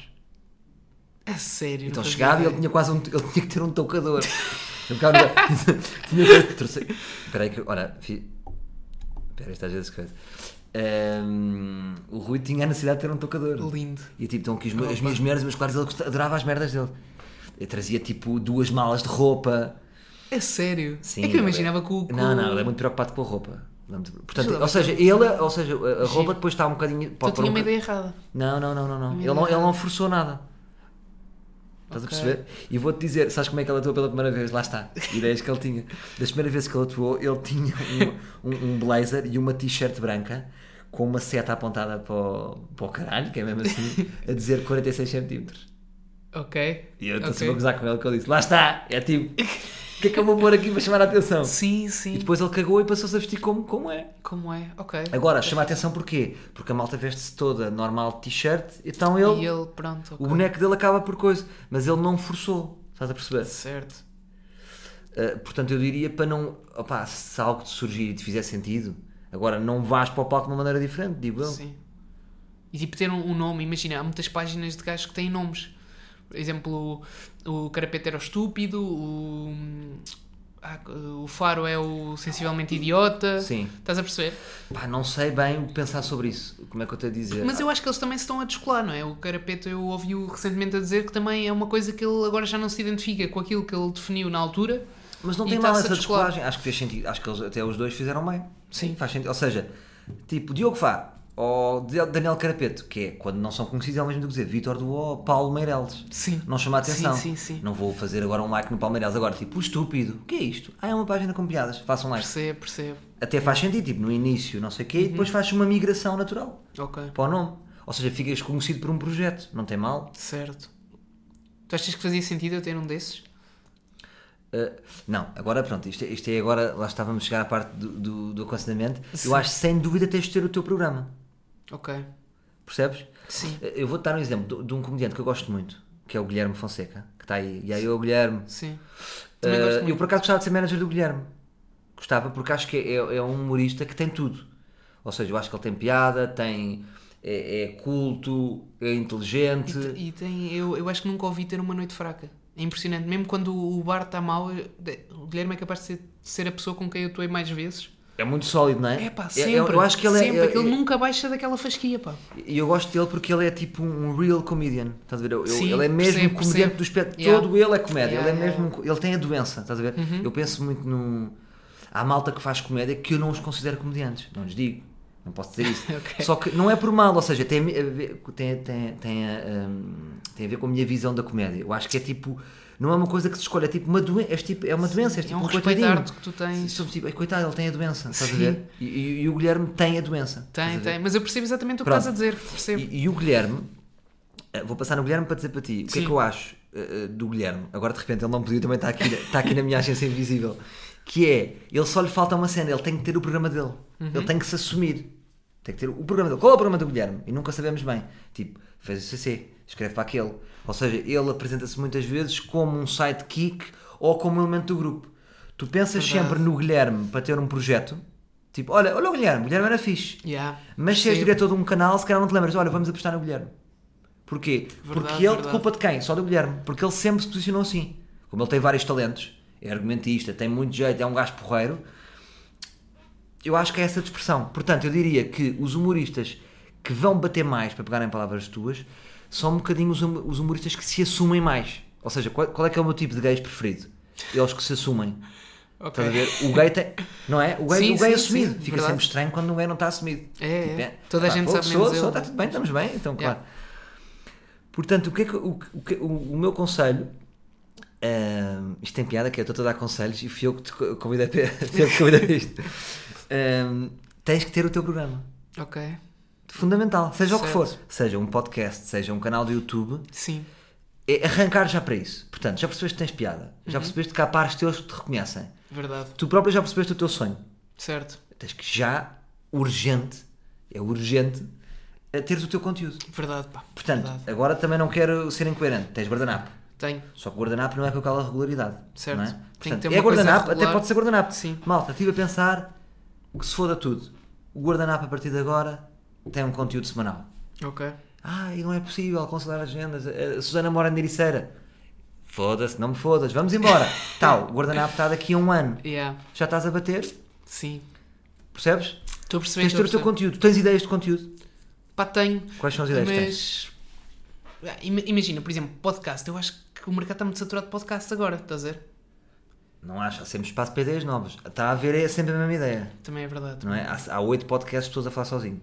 S2: A sério,
S1: Então
S2: não fazia
S1: chegava e ele
S2: ideia.
S1: tinha quase um, ele tinha que ter um tocador. Tinha um bocado. Tinha coisa. Trouxe. Espera aí que. Olha. fi- Espera, isto às vezes coisa. Ahm, o Rui tinha a necessidade de ter um tocador.
S2: Lindo.
S1: E tipo, estão aqui os meus- as minhas merdas, os meus quadros, ele gosta- adorava as merdas dele. Eu trazia tipo duas malas de roupa.
S2: É sério?
S1: Sim,
S2: é que
S1: ele
S2: eu imaginava que o. que
S1: Não,
S2: o-
S1: não, ele é muito preocupado com a roupa. Lembro-te- Portanto,
S2: Mas ele
S1: ou
S2: é
S1: seja, ele, ou seja, a- a roupa depois está um bocadinho.
S2: Então
S1: pode pôr
S2: tinha
S1: um
S2: uma
S1: boca-
S2: ideia errada.
S1: não, não, não, não, não. Ele
S2: Minha
S1: não,
S2: cara.
S1: ele não forçou nada. Estás
S2: Hum. Ok.
S1: a perceber? E vou-te dizer, sabes como é que ele atuou pela primeira vez? Lá está. Ideias que ele tinha. Das primeiras vezes que ele atuou, ele tinha um, um- um blazer e uma t-shirt branca com uma seta apontada para o, para o caralho, que é mesmo assim, a dizer 46 centímetros.
S2: Ok.
S1: E eu estou
S2: Ok.
S1: sempre a gozar com ele que ele disse: Lá está! É tipo, o que é que eu vou pôr aqui para chamar a atenção?
S2: Sim, sim.
S1: E depois ele cagou e passou-se a vestir como, como é.
S2: Como é? Ok.
S1: Agora, chama a atenção porquê? Porque a malta veste-se toda normal de t-shirt, então ele.
S2: E ele, pronto,
S1: O
S2: ok.
S1: boneco dele acaba por coisa, mas ele não forçou, estás a perceber?
S2: Certo.
S1: Uh, portanto, eu diria para não. Opá, se algo te surgir e te fizer sentido, agora não vás para o palco de uma maneira diferente, digo eu.
S2: Sim. E tipo ter um, um nome, imagina, há muitas páginas de gajos que têm nomes. Por exemplo, o, o Carapete era o estúpido, o. ah, o Faro é o sensivelmente idiota.
S1: Sim.
S2: Estás a perceber?
S1: Pá, não sei bem o que pensar sobre isso. Como é que eu tenho a dizer?
S2: Mas eu acho que eles também se estão a descolar, não é? O Carapeto eu ouvi-o recentemente a dizer que também é uma coisa que ele agora já não se identifica com aquilo que ele definiu na altura.
S1: Mas não
S2: E
S1: tem mal
S2: está-se a
S1: essa
S2: descolar.
S1: descolagem. Acho que fez sentido. Acho que eles, até os dois fizeram bem.
S2: Sim.
S1: Faz sentido. Ou seja, tipo, Diogo Fá ou D- Daniel Carapeto, que é quando não são conhecidos, é o mesmo que dizer Vítor Duó ou Paulo Meireles.
S2: Sim.
S1: Não chama a atenção.
S2: Sim, sim, sim.
S1: Não vou fazer agora um like no Paulo Meireles. Agora, tipo, o estúpido. O que é isto? Ah, é uma página com piadas. Façam like.
S2: Percebo, percebo.
S1: Até faz sentido, tipo, no início, não sei o quê,
S2: Uhum.
S1: e depois faz uma migração natural
S2: Ok.
S1: para o nome. Ou seja, ficas conhecido por um projeto. Não tem mal.
S2: Certo. Tu achas que fazia sentido eu ter um desses?
S1: Uh, não, agora pronto, isto, é- isto é agora, lá estávamos a chegar à parte do, do, do aconselhamento. Eu acho sem dúvida tens de ter o teu programa,
S2: Ok.
S1: percebes?
S2: Sim.
S1: Uh, Eu vou-te dar um exemplo de, de um comediante que eu gosto muito, que é o Guilherme Fonseca, que está aí. E aí eu, Guilherme.
S2: Sim. Também gosto
S1: Uh,
S2: muito.
S1: eu por acaso gostava de ser manager do Guilherme. Gostava, porque acho que é, é um humorista que tem tudo. Ou seja, eu acho que ele tem piada, tem. É, é culto, é inteligente.
S2: E tem, eu, eu acho que nunca ouvi ter uma noite fraca. É impressionante. Mesmo quando o bar está mal, eu- o Guilherme é capaz de ser, de ser a pessoa com quem eu atuei mais vezes.
S1: É muito sólido, não é?
S2: É pá,
S1: eu-
S2: sempre.
S1: eu, eu acho que ele
S2: sempre,
S1: é.
S2: que ele
S1: é-
S2: nunca baixa daquela fasquia, pá.
S1: E eu gosto dele porque ele é tipo um real comedian, estás a ver? Eu- eu-
S2: Sim,
S1: ele é mesmo
S2: percebo,
S1: comediante
S2: percebo.
S1: do espeto.
S2: Yeah.
S1: Todo ele é comédia,
S2: Yeah,
S1: ele é
S2: yeah, Uhum.
S1: mesmo. Ele tem a doença, estás a ver? Eu penso muito no. Há malta que faz comédia que eu não os considero comediantes, não lhes digo, não posso dizer isso.
S2: Ok.
S1: Só que não é por mal, ou seja, tem a ver, tem, tem, tem, a, hum, tem a ver com a minha visão da comédia. Eu acho que é tipo. Não é uma coisa que se escolhe, é tipo uma doença, é, tipo, é uma doença, é tipo
S2: é um respeito
S1: coitadinho.
S2: à arte que tu tens.
S1: Somos tipo, "Ei, coitado, ele tem a doença, estás a
S2: Sim.
S1: ver? E, e- e o Guilherme tem a doença. estás a
S2: Tem,
S1: ver?
S2: tem. Mas eu percebo exatamente o que
S1: Pronto.
S2: estás a dizer. Percebo.
S1: E, e o Guilherme, eh, vou passar no Guilherme para dizer para ti o que é
S2: Sim.
S1: que eu acho eh, eh, do Guilherme. Agora de repente ele não podia, também está aqui, está aqui na minha agência invisível. Que é, ele só lhe falta uma cena, ele tem que ter o programa dele.
S2: Uhum.
S1: Ele tem que se assumir. Tem que ter o programa dele. Qual é o programa do Guilherme? E nunca sabemos bem. Tipo, fez o CC, escreve para aquele. Ou seja, ele apresenta-se muitas vezes como um sidekick ou como um elemento do grupo. Tu pensas sempre no Guilherme para ter um projeto. Tipo, olha, olha o Guilherme, o Guilherme era fixe.
S2: Yeah,
S1: Mas se és
S2: percebo.
S1: diretor de um canal, se calhar não te lembras, olha, vamos apostar no Guilherme. Porquê? Porque ele,
S2: verdade.
S1: de culpa de quem? Só do Guilherme. Porque ele sempre se posicionou assim. Como ele tem vários talentos, é argumentista, tem muito jeito, é um gajo porreiro. Eu acho que é essa a dispersão. Portanto, eu diria que os humoristas que vão bater mais, para pegarem palavras tuas, são um bocadinho os hum- os humoristas que se assumem mais. Ou seja, qual qual é que é o meu tipo de gays preferido? Eles que se assumem.
S2: Ok.
S1: Estás a ver? O gay tem. Não é? O gay,
S2: Sim,
S1: o gay é
S2: sim,
S1: assumido.
S2: sim,
S1: Fica
S2: verdade.
S1: sempre estranho quando o gay não está assumido. Tipo,
S2: É, é. Toda a gente
S1: fogo,
S2: sabe
S1: sou,
S2: menos
S1: sou,
S2: eu.
S1: Está tudo bem, estamos bem, então,
S2: Yeah.
S1: claro. Portanto, o, que é que, o, que- o que- o- o meu conselho. ahm, isto tem piada que é, eu estou a dar conselhos e fui eu que te co- convidei para fui eu que te convidei para isto. Ahm, tens que ter o teu programa.
S2: Ok.
S1: Fundamental, seja o que for.
S2: Certo.
S1: Seja um podcast, seja um canal do YouTube
S2: Sim.
S1: é arrancar já para isso. Portanto, já percebeste que tens piada, já
S2: Uhum.
S1: percebeste que há pares teus que te reconhecem,
S2: Verdade.
S1: tu próprio já percebeste o teu sonho.
S2: Certo.
S1: Tens que já, urgente, é urgente, a teres o teu conteúdo.
S2: Verdade, pá.
S1: Portanto, eh,
S2: Verdade.
S1: agora também não quero ser incoerente, tens guardanapo.
S2: Tenho.
S1: Só que o guardanapo não é com aquela regularidade.
S2: Certo.
S1: Não é?
S2: Tem que
S1: Portanto,
S2: ter
S1: é
S2: uma coisa
S1: guardanapo, até
S2: regular.
S1: pode ser guardanapo.
S2: Sim.
S1: Malta, estive a pensar que se foda tudo. O guardanapo a partir de agora tem um conteúdo semanal.
S2: Ok.
S1: Eh, Ah, e não é possível conciliar agendas. A Susana mora em Ericeira. Foda-se, não me fodas, vamos embora. Tal, o guardanapo está daqui a um ano.
S2: Yeah.
S1: Já estás a bater,
S2: Sim.
S1: percebes?
S2: Estou a perceber.
S1: Tens de ter o teu
S2: estou a perceber.
S1: conteúdo. Tens ideias de conteúdo?
S2: Pá, tenho.
S1: Quais são as ideias que tens?
S2: Mas. Ah, ima- Imagina, por exemplo, podcast. Eu acho que o mercado está muito saturado de podcasts agora, estás a ver?
S1: Não acha, há sempre espaço para ideias novas. Está a haver é sempre a mesma ideia,
S2: Também é verdade.
S1: não é? Há há oito podcasts de pessoas a falar sozinho,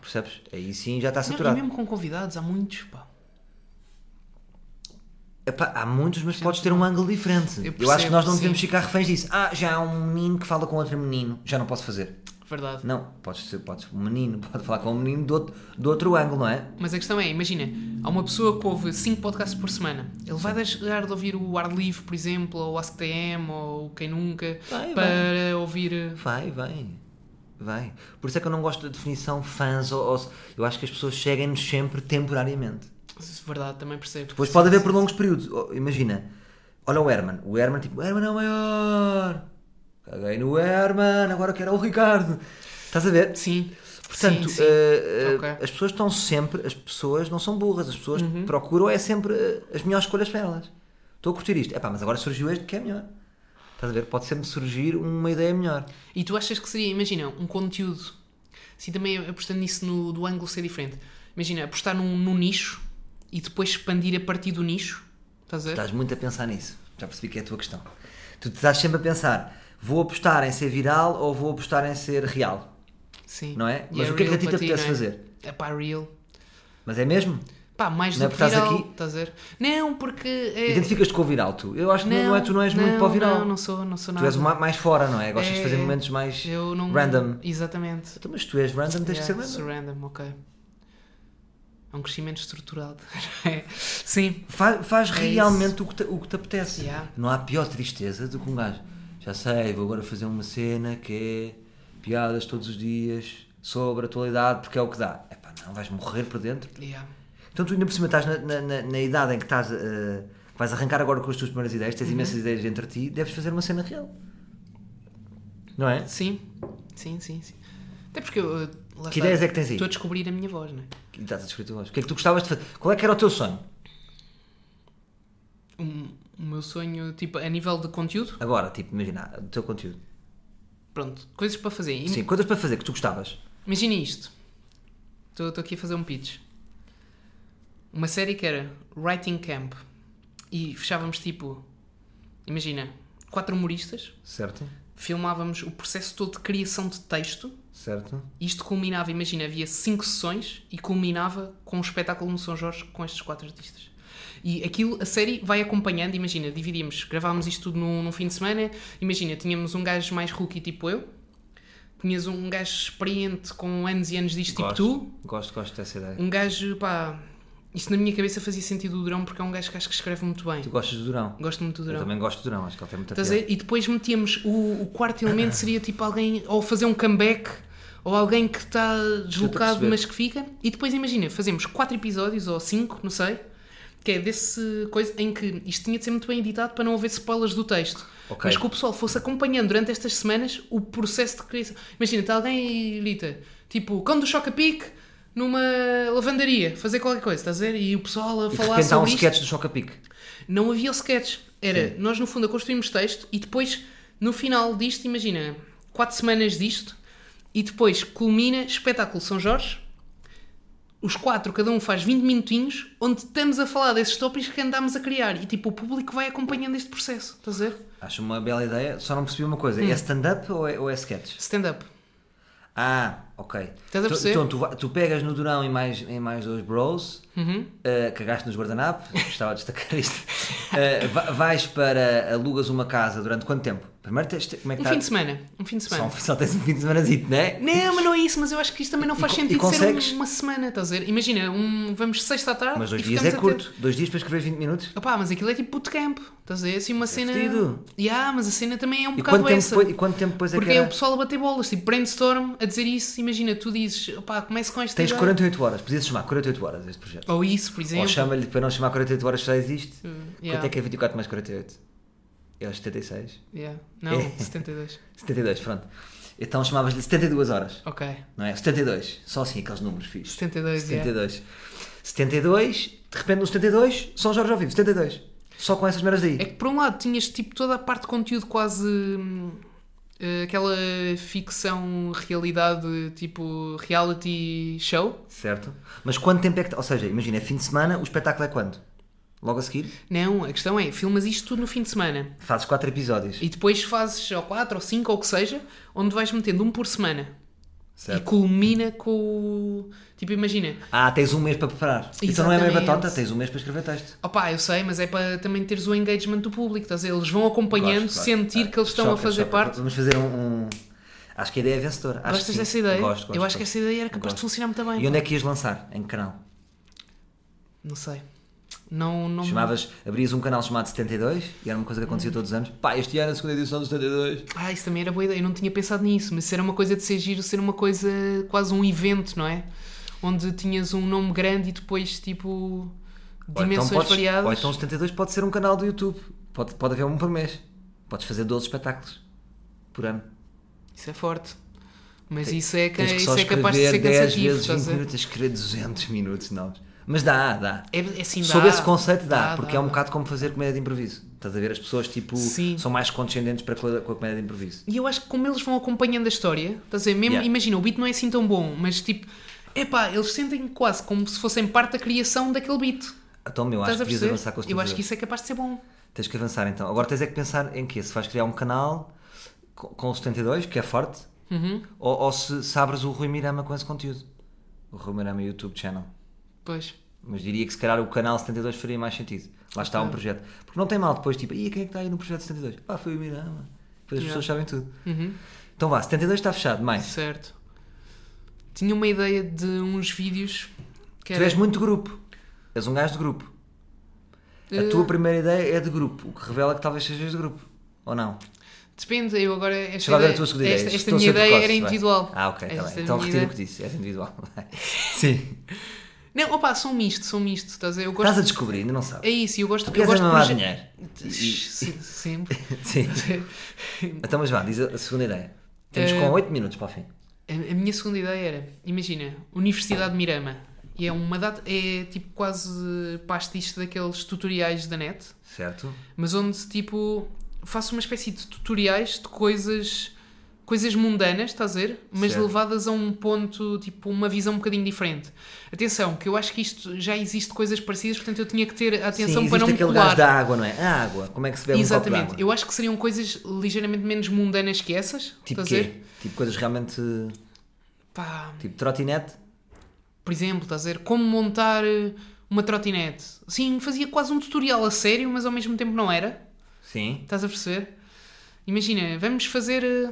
S1: percebes? Aí sim já está
S2: Não,
S1: saturado.
S2: e mesmo com convidados, há muitos, pá.
S1: Epá, há muitos, mas podes ter um ângulo diferente. Eu,
S2: percebo,
S1: acho que nós não
S2: sim.
S1: devemos ficar reféns disso. Ah, já há um menino que fala com outro menino, já não posso fazer.
S2: Verdade.
S1: Não, podes ser, podes, um menino pode falar com um menino do outro, do outro ângulo, não é?
S2: Mas a questão é, imagina, há uma pessoa que ouve 5 podcasts por semana. Ele vai deixar de ouvir o Ar Livre, por exemplo, ou o AskTM, ou o Quem Nunca,
S1: Vai,
S2: para ouvir... eh,
S1: Vai, vai. Vai. Por isso é que eu não gosto da definição fãs ou. ou- eu acho que as pessoas seguem-nos sempre temporariamente.
S2: é Verdade, também percebo.
S1: Depois pode haver por longos períodos. Oh, imagina, olha o Herman. O Herman, tipo, o Herman é o maior. Caguei no Herman, agora quero o Ricardo. Estás a ver?
S2: Sim.
S1: Portanto,
S2: Sim, sim.
S1: eh, eh,
S2: Ok. Uhum.
S1: as pessoas estão sempre, as pessoas não são burras, as pessoas procuram é sempre eh, as melhores escolhas para elas. Estou a curtir isto. Epá, mas agora surgiu este que é melhor. Estás a ver? Pode sempre surgir uma ideia melhor.
S2: E tu achas que seria, imagina, um conteúdo, assim também apostando nisso no, do ângulo ser diferente, imagina, apostar num, num nicho e depois expandir a partir do nicho, estás a ver?
S1: Estás muito a pensar nisso. Já percebi que é a tua questão. Tu estás sempre a pensar, vou apostar em ser viral ou vou apostar em ser real?
S2: Sim.
S1: Não é?
S2: E
S1: Mas o que é que
S2: real
S1: a ti te
S2: para ti,
S1: apetece
S2: não é?
S1: fazer?
S2: É pá, real.
S1: Mas é mesmo?
S2: Pá, mais
S1: Não é
S2: do que
S1: porque estás
S2: viral,
S1: aqui?
S2: estás a ver? Não, porque... É...
S1: Identificas-te com o viral, tu? Eu acho que não, é, tu não és muito para o viral.
S2: Não, não sou, não sou
S1: tu
S2: nada.
S1: és o ma- mais fora, não é? Gostas de fazer
S2: É,
S1: momentos mais
S2: Eu não...
S1: random.
S2: Exatamente.
S1: Então, mas tu és random, tens de ser
S2: Yeah,
S1: random.
S2: sou random, ok. É um crescimento estruturado. Sim.
S1: Fa- faz
S2: É isso.
S1: realmente o que, te, o que te apetece.
S2: Yeah.
S1: Não há pior tristeza do que um gajo. Já sei, vou agora fazer uma cena que é piadas todos os dias sobre a atualidade porque é o que dá. Epá, não, vais morrer por dentro.
S2: Yeah.
S1: Então tu ainda por cima estás na, na- na- na idade em que estás. eh, que vais arrancar agora com as tuas primeiras ideias,
S2: Uhum.
S1: tens imensas ideias entre ti, deves fazer uma cena real. Não é?
S2: Sim, sim, sim, sim. Até porque eu. eu- Lá
S1: Que
S2: está,
S1: ideias é que tens aí?
S2: Estou a descobrir a minha voz, não é?
S1: E estás a descrever a tua voz. O que é que tu gostavas de fazer? Qual é que era o teu sonho?
S2: Um- o meu sonho, tipo, a nível de conteúdo,
S1: Agora, tipo, imagina, o teu conteúdo.
S2: pronto, coisas para fazer. Im-
S1: Sim, coisas para fazer que tu gostavas.
S2: Imagina isto. Estou estou aqui a fazer um pitch. Uma série que era Writing Camp e fechávamos tipo. Imagina, quatro humoristas,
S1: Certo?
S2: filmávamos o processo todo de criação de texto.
S1: Certo?
S2: Isto culminava, imagina, havia cinco sessões e culminava com um espetáculo no São Jorge com estes quatro artistas. E aquilo, a série vai acompanhando, imagina, dividíamos, gravávamos isto tudo num, num fim de semana, imagina, tínhamos um gajo mais rookie tipo eu, tinhas um, um gajo experiente com anos e anos disto tipo tu,
S1: gosto, Gosto, gosto dessa ideia.
S2: um gajo, pá, isto na minha cabeça fazia sentido o Durão porque é um gajo que acho que escreve muito bem.
S1: Tu gostas do Durão?
S2: Gosto muito do
S1: Eu
S2: Durão.
S1: também gosto do Durão, acho que ele tem muita
S2: Estás a
S1: piada.
S2: ver? E depois metíamos o, o quarto elemento seria tipo alguém ou fazer um comeback ou alguém que está deslocado
S1: perceber.
S2: mas que fica e depois imagina, fazemos quatro episódios ou cinco, não sei que é desse coisa em que isto tinha de ser muito bem editado para não haver spoilers do texto
S1: Ok.
S2: mas que o pessoal fosse acompanhando durante estas semanas o processo de criação imagina, está alguém e grita tipo, cão do choca-pique numa lavandaria, fazer qualquer coisa, estás a ver? E o pessoal a
S1: E de
S2: falar
S1: repente há um
S2: sobre isto
S1: sketch do Chocapic.
S2: não havia o sketch. Era, nós no fundo a construímos texto e depois, no final disto, imagina, quatro semanas disto, e depois culmina espetáculo São Jorge. Os quatro, cada um faz 20 minutinhos, onde estamos a falar desses tópicos que andámos a criar. E tipo, o público vai acompanhando este processo, estás a ver?
S1: Acho uma bela ideia, só não percebi uma coisa.
S2: Hum.
S1: É stand-up ou é, ou é sketch?
S2: Stand-up.
S1: Ah, ok.
S2: Estás a
S1: Tu-
S2: perceber?
S1: Então tu, va- tu pegas no Durão e mais, em mais dois bros,
S2: Uhum.
S1: eh, cagaste nos guardanapos, estava a destacar isto. Eh, va- vais para, alugas uma casa durante quanto tempo? Primeiro tens, como é que
S2: Um
S1: está?
S2: fim de semana. Um fim de semana.
S1: Só, só tens um fim de semana, não é?
S2: Não, mas não é isso, mas eu acho que isto também não faz
S1: co- e
S2: sentido ser
S1: consegues?
S2: um- uma semana, estás a ver? Imagina, um, vamos sexta à tarde.
S1: Mas dois
S2: e
S1: dias é
S2: ficamos até-
S1: curto. Dois dias para escrever 20 minutos.
S2: Opá, mas aquilo é tipo bootcamp, estás a ver? Assim uma cena.
S1: É fedido.
S2: Yeah, mas a cena também é um
S1: E
S2: bocado
S1: quanto, tempo
S2: essa.
S1: depois, e quanto tempo depois é
S2: Porque
S1: que
S2: é
S1: era?
S2: o pessoal a bater bolas, tipo brainstorm, a dizer isso. Imagina, tu dizes, opá, começa com esta
S1: Tens
S2: ideia.
S1: 48 horas, podias chamar 48 horas este projeto.
S2: Ou isso, por exemplo.
S1: Ou chama-lhe para não chamar 48 horas já existe. Quanto
S2: yeah.
S1: é que é 24 mais 48? É os 76?
S2: Yeah. Não, 72.
S1: 72, pronto. Então chamavas-lhe 72 horas,
S2: Ok.
S1: não é? 72, só assim aqueles números fixos.
S2: 72, yeah.
S1: 72. 72, de repente no 72, São Jorge ao vivo, 72. Só com essas meras aí.
S2: É que por um lado tinhas tipo toda a parte de conteúdo quase hum, eh, aquela ficção realidade tipo reality show.
S1: Certo? Mas quanto tempo é que. Ou seja, imagina, é fim de semana, o espetáculo é quando? Logo a seguir?
S2: Não, a questão é, filmas isto tudo no fim de semana
S1: Fazes quatro episódios.
S2: e depois fazes ou quatro ou cinco ou o que seja, onde vais metendo um por semana e
S1: Certo.
S2: culmina com o tipo imagina,
S1: Ah, tens um mês para preparar. Então não é meio
S2: Exatamente.
S1: batota, tens um mês para escrever texto.
S2: Opá, eu sei, mas é para também teres o engagement do público, estás a ver? Eles vão acompanhando,
S1: Gosto, gosto.
S2: sentir que eles estão
S1: Choca,
S2: a fazer
S1: choca.
S2: parte.
S1: Vamos fazer um. um- Acho que a ideia é vencedora. Acho que
S2: Gostas
S1: sim.
S2: dessa ideia?
S1: Gosto, gosto,
S2: eu acho que
S1: gosto.
S2: essa ideia era capaz de
S1: Gosto.
S2: funcionar muito bem.
S1: E onde é que ias lançar? Em que canal?
S2: Não sei. Não, não...
S1: Chamavas, abrias um canal chamado 72 e era uma coisa que
S2: Hum.
S1: acontecia todos os anos. Pá, este ano é a segunda edição do 72.
S2: Ah, isso também era boa ideia. Eu não tinha pensado nisso, mas ser uma coisa de ser giro, ser uma coisa quase um evento, não é? Onde tinhas um nome grande e depois tipo
S1: Ou então
S2: dimensões
S1: podes-
S2: variadas.
S1: Ou então 72 pode ser um canal do YouTube. Pode, pode haver um por mês. Podes fazer 12 espetáculos por ano.
S2: Isso é forte. Mas isso é, que,
S1: Tens que
S2: isso
S1: só
S2: é capaz de ser
S1: escrever 10
S2: cansativo,
S1: vezes
S2: estás
S1: 20
S2: a ver?
S1: minutos, tens que escrever 200 minutos novos. Mas dá, dá.
S2: É, é assim, dá.
S1: Sob esse conceito dá,
S2: Dá,
S1: porque
S2: dá,
S1: é um
S2: dá.
S1: bocado como fazer comédia de improviso. Estás a ver? As pessoas tipo,
S2: Sim.
S1: são mais condescendentes para com a, com a comédia de improviso.
S2: E eu acho que como eles vão acompanhando a história, estás a ver? Mesmo,
S1: Yeah.
S2: imagina, o beat não é assim tão bom, mas tipo, epá, eles sentem quase como se fossem parte da criação daquele beat.
S1: Então, eu acho
S2: Estás
S1: que devias
S2: a perceber?
S1: avançar com os
S2: eu
S1: teus
S2: acho que isso é capaz de ser bom.
S1: Tens que avançar então. Agora tens é que pensar em quê? Se vais criar um canal co- com o 72, que é forte, ou, ou se, se abres o Rui Mirama com esse conteúdo. O Rui Mirama YouTube Channel.
S2: Pois.
S1: Mas diria que se calhar o canal 72 faria mais sentido. Lá está um projeto. Porque não tem mal depois, tipo, e quem é que está aí no projeto 72? Pá, foi o Mirama. Depois as
S2: Yeah.
S1: pessoas sabem tudo. Então vá, 72 está fechado, mais.
S2: Certo. Tinha uma ideia de uns vídeos que
S1: Tu
S2: era.
S1: és muito grupo. És um gajo de grupo. A tua primeira ideia é de grupo, o que revela que talvez sejas de grupo. Ou não?
S2: Depende, eu agora. Esta
S1: Deixa lá ver a
S2: ideia,
S1: tua segunda ideia.
S2: esta, esta
S1: Estou a
S2: minha
S1: ser
S2: ideia
S1: precoce,
S2: era
S1: vai.
S2: individual.
S1: Ah, ok, está
S2: Esta
S1: bem. Então
S2: minha
S1: retiro o
S2: ideia-
S1: que disse. És individual. Sim.
S2: Não, opa, são misto, são misto. Estás a ver? Eu gosto.
S1: Estás a descobrir, ainda não sabes.
S2: É isso, eu gosto, eu
S1: Queres
S2: gosto
S1: mamar
S2: proje-
S1: dinheiro? E-
S2: Sim, Sempre.
S1: Sim. Então, mas vá, diz a a segunda ideia. Temos
S2: Eh,
S1: com 8 minutos para o fim.
S2: A, a minha segunda ideia era, imagina, Universidade de Mirama. E é uma data, é tipo quase pastiche daqueles tutoriais da net,
S1: Certo?
S2: mas onde tipo faço uma espécie de tutoriais de coisas coisas mundanas, estás a ver? Mas
S1: Certo.
S2: levadas a um ponto, tipo, uma visão um bocadinho diferente. Atenção, que eu acho que isto já existe coisas parecidas, portanto eu tinha que ter atenção
S1: Sim,
S2: para não
S1: existe
S2: me
S1: aquele
S2: colar.
S1: gajo da água, não é? A água. Como é que se bebe um copo
S2: Exatamente.
S1: de água?
S2: Eu acho que seriam coisas ligeiramente menos mundanas que essas,
S1: Tipo
S2: estás a ver?
S1: quê? Tipo coisas realmente...
S2: Pá,
S1: Tipo trotinete?
S2: Por exemplo, estás a ver? Como montar eh, uma trotinete. Sim, fazia quase um tutorial a sério, mas ao mesmo tempo não era.
S1: Sim.
S2: Estás a perceber? Imagina, vamos fazer. eh,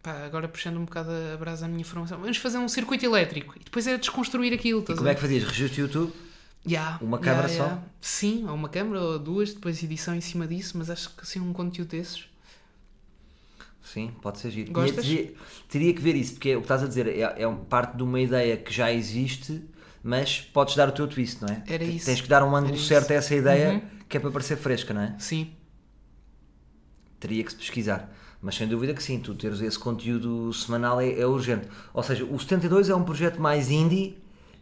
S2: Pá, agora puxando um bocado a brasa à minha formação. Vamos fazer um circuito elétrico. E depois era desconstruir aquilo.
S1: E
S2: Estás
S1: como
S2: a
S1: é que fazias? Registro YouTube?
S2: ver? Yeah,
S1: Uma
S2: yeah,
S1: câmara só?
S2: yeah. Sim, ou uma câmara ou duas, depois edição em cima disso, mas acho que assim um conteúdo desses.
S1: Sim, pode ser giro.
S2: Gostas?
S1: Teria, teria que ver isso, porque o que estás a dizer é, é um- parte de uma ideia que já existe, mas podes dar o teu twist, não é?
S2: Era
S1: Te-
S2: isso.
S1: Tens que dar um
S2: Era
S1: ângulo
S2: isso. Uhum.
S1: certo a essa ideia que é para parecer fresca, não é?
S2: Sim.
S1: Teria que se pesquisar. Mas sem dúvida que sim, tu teres esse conteúdo semanal é, é urgente. Ou seja, o 72 é um projeto mais indie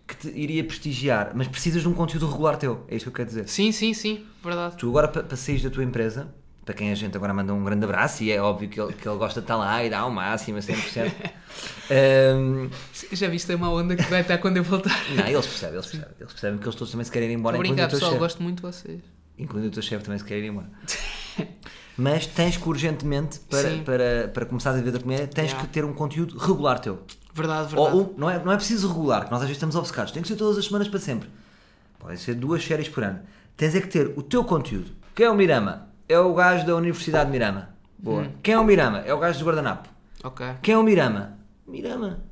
S1: que te iria prestigiar, mas precisas de um conteúdo regular teu, é isso que eu quero dizer.
S2: Sim, sim, sim. Verdade.
S1: Tu agora, para pa saíres da tua empresa, para quem a gente agora manda um grande abraço, e é óbvio que ele, que ele gosta de estar lá e dá ao máximo, a 100%. Ahm,
S2: Já viste a má onda que vai estar quando eu voltar?
S1: não, eles percebem, eles percebem. Eles percebem que eles todos também se querem ir embora,
S2: Obrigado,
S1: incluindo o teu
S2: pessoal.
S1: chefe.
S2: Gosto muito de vocês.
S1: Incluindo o teu chefe também se querem ir embora. Mas tens que urgentemente, para,
S2: Sim.
S1: para, para começar a ver da comédia, tens
S2: Yeah.
S1: que ter um conteúdo regular teu.
S2: Verdade, verdade.
S1: Ou, um- não, é, não é preciso regular, que nós às vezes estamos obcecados. Tem que ser todas as semanas para sempre. Podem ser duas séries por ano. Tens é que ter o teu conteúdo. Quem é o Mirama? É o gajo da Universidade de Mirama. Boa. Quem é o Mirama? É o gajo do guardanapo.
S2: Ok.
S1: Quem é o Mirama? Mirama.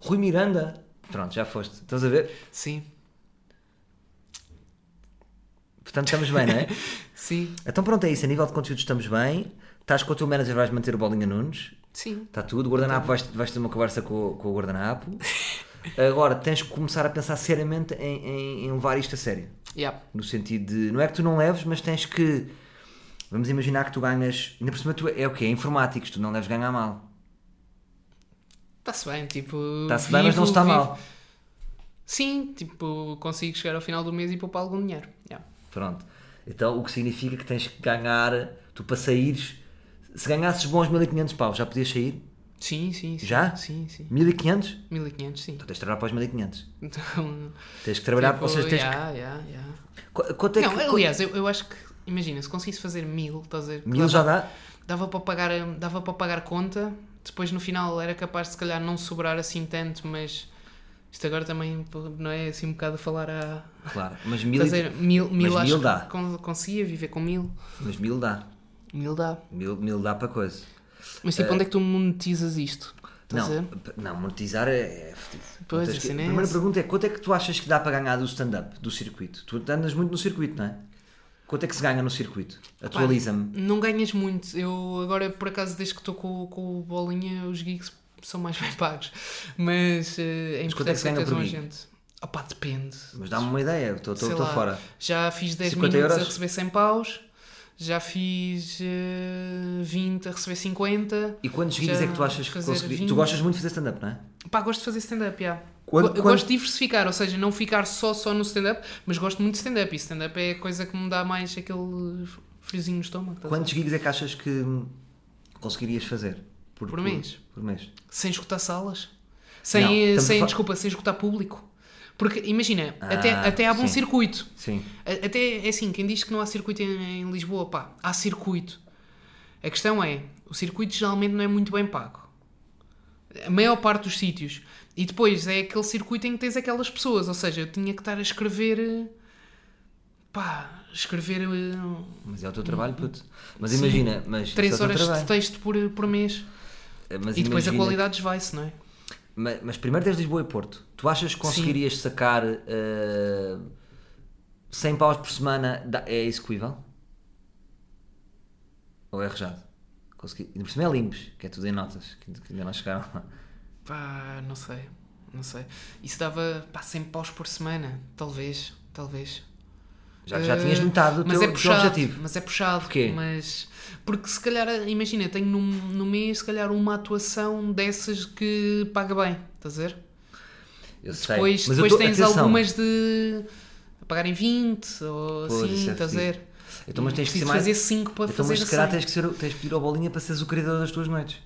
S1: Rui Miranda. Pronto, já foste. Estás a ver?
S2: Sim.
S1: Portanto, estamos bem, não é?
S2: Sim.
S1: então pronto, é isso. A nível de conteúdo estamos bem. Estás com o teu manager, vais manter o Bolinha Nunes.
S2: Sim.
S1: Está Tá tudo.
S2: Tá
S1: Guardanapo, vais, vais ter uma conversa com, o- com o guardanapo. Agora, tens que começar a pensar seriamente em, em- em levar isto a sério.
S2: Yeah.
S1: No sentido de, não é que tu não leves, mas tens que. Vamos imaginar que tu ganhas. Ainda por cima, tu é o quê? É informáticos, tu não deves ganhar mal.
S2: Está-se bem, tipo.
S1: Está-se bem, mas
S2: vivo,
S1: não está
S2: vivo.
S1: mal.
S2: Sim, tipo, consigo chegar ao final do mês e poupar algum dinheiro. Yeah.
S1: Pronto. Então, o que significa que tens que ganhar, tu para saíres, se ganhasses bons 1500 paus, já podias sair?
S2: Sim, sim, sim.
S1: Já?
S2: Sim, sim.
S1: 1500?
S2: 1500, sim.
S1: Então tens de trabalhar para os 1500.
S2: Então.
S1: Tens que trabalhar,
S2: tipo,
S1: ou seja, tens que-
S2: yeah, yeah, yeah.
S1: Qu- Quanto é
S2: Não,
S1: que.
S2: aliás, eu, eu acho que. Imagina, se conseguisse fazer mil, estás a ver?
S1: Mil já dá?
S2: Dava para pagar, hum, dava para pagar conta, depois no final era capaz de se calhar não sobrar assim tanto, mas isto agora também pô, não é assim um bocado falar a
S1: Claro, mas mil,
S2: fazer mil, mil
S1: mas
S2: acho
S1: mil dá.
S2: que con- conseguia viver com mil.
S1: mas mil dá.
S2: Mil dá.
S1: Mil, mil dá para coisa.
S2: Mas tipo, onde é que tu monetizas isto? Estás a
S1: Não,
S2: ver?
S1: p- não, monetizar é. é fodido.
S2: é. Pois,
S1: Tens que- a
S2: assim não é
S1: primeira
S2: essa.
S1: pergunta é quanto é que tu achas que dá para ganhar do stand-up, do circuito? Tu andas muito no circuito, não é? Quanto é que se ganha no circuito? Atualiza-me.
S2: Não ganhas muito. Eu agora, por acaso, desde que estou com, o- com o Bolinha, os gigs são mais bem pagos. Mas eh, é
S1: Mas quanto é que
S2: importante
S1: se ganha
S2: teres
S1: por
S2: um
S1: gig?
S2: agente. Opá, depende.
S1: Mas dá-me uma ideia, eu estou- estou
S2: Sei
S1: estou
S2: lá,
S1: fora.
S2: Já fiz 10
S1: 50
S2: minutos a
S1: euros?
S2: receber 100 paus, já fiz eh, 20 a receber 50.
S1: E quantos gigs
S2: Já
S1: é que tu achas que
S2: fazer
S1: conseguiste?
S2: 20.
S1: Tu gostas muito de fazer stand-up, não é?
S2: Pá, gosto de fazer stand-up, já.
S1: Quando-
S2: Go- eu
S1: quando-
S2: Gosto de diversificar, ou seja, não ficar só, só no stand-up, mas gosto muito de stand-up. E stand-up é a coisa que me dá mais aquele friozinho no estômago. estás a
S1: Quantos gigs é que achas que hum, conseguirias fazer?
S2: Por mês?
S1: Por mês.
S2: Sem escutar salas. Sem,
S1: Não, estamos
S2: sem
S1: a fa-
S2: desculpa, sem escutar público. Porque, imagina,
S1: Ah,
S2: até, até há bom
S1: sim.
S2: circuito.
S1: Sim.
S2: A- Até, é assim, quem diz que não há circuito em, em Lisboa, pá, há circuito. A questão é, o circuito geralmente não é muito bem pago. A maior parte dos sítios. E depois é aquele circuito em que tens aquelas pessoas. Ou seja, eu tinha que estar a escrever... eh, Pá, escrever... eh,
S1: Mas é o teu trabalho, puto. Mas
S2: Sim.
S1: imagina, mas.
S2: três
S1: isso é o teu
S2: horas de
S1: trabalho.
S2: texto por, por mês.
S1: Mas
S2: e depois a
S1: imagina-
S2: qualidade esvai-se, não é?
S1: Ma- Mas, primeiro tens Lisboa e Porto. Tu achas que conseguirias sacar eh, 100 paus por semana? da- É execuível? Ou é arrojado? Consegui... Ainda por cima é limpos, que é tudo em notas, que que ainda não chegaram lá.
S2: Pá, não sei. Não sei. Isso dava pá, 100 paus por semana. Talvez. Talvez.
S1: Já, já tinhas
S2: Eh,
S1: metade do
S2: mas
S1: teu, do teu
S2: é puxado,
S1: objetivo.
S2: Mas é puxado.
S1: Porquê?
S2: Mas, porque se calhar, imagina, tenho num- no mês, se calhar, uma atuação dessas que paga bem. Estás a ver?
S1: Eu sei.
S2: Depois,
S1: Mas eu
S2: depois
S1: tô-
S2: tens
S1: atenção.
S2: algumas de a pagarem 20 ou
S1: Pois,
S2: assim.
S1: isso é
S2: Estás a ver?
S1: Então, mas tens que
S2: Preciso
S1: ser mais.
S2: fazer 5 para
S1: então,
S2: fazer assim.
S1: mas se calhar
S2: 100.
S1: tens que, ser, o- tens que pedir ao bolinha para seres o criador das tuas noites.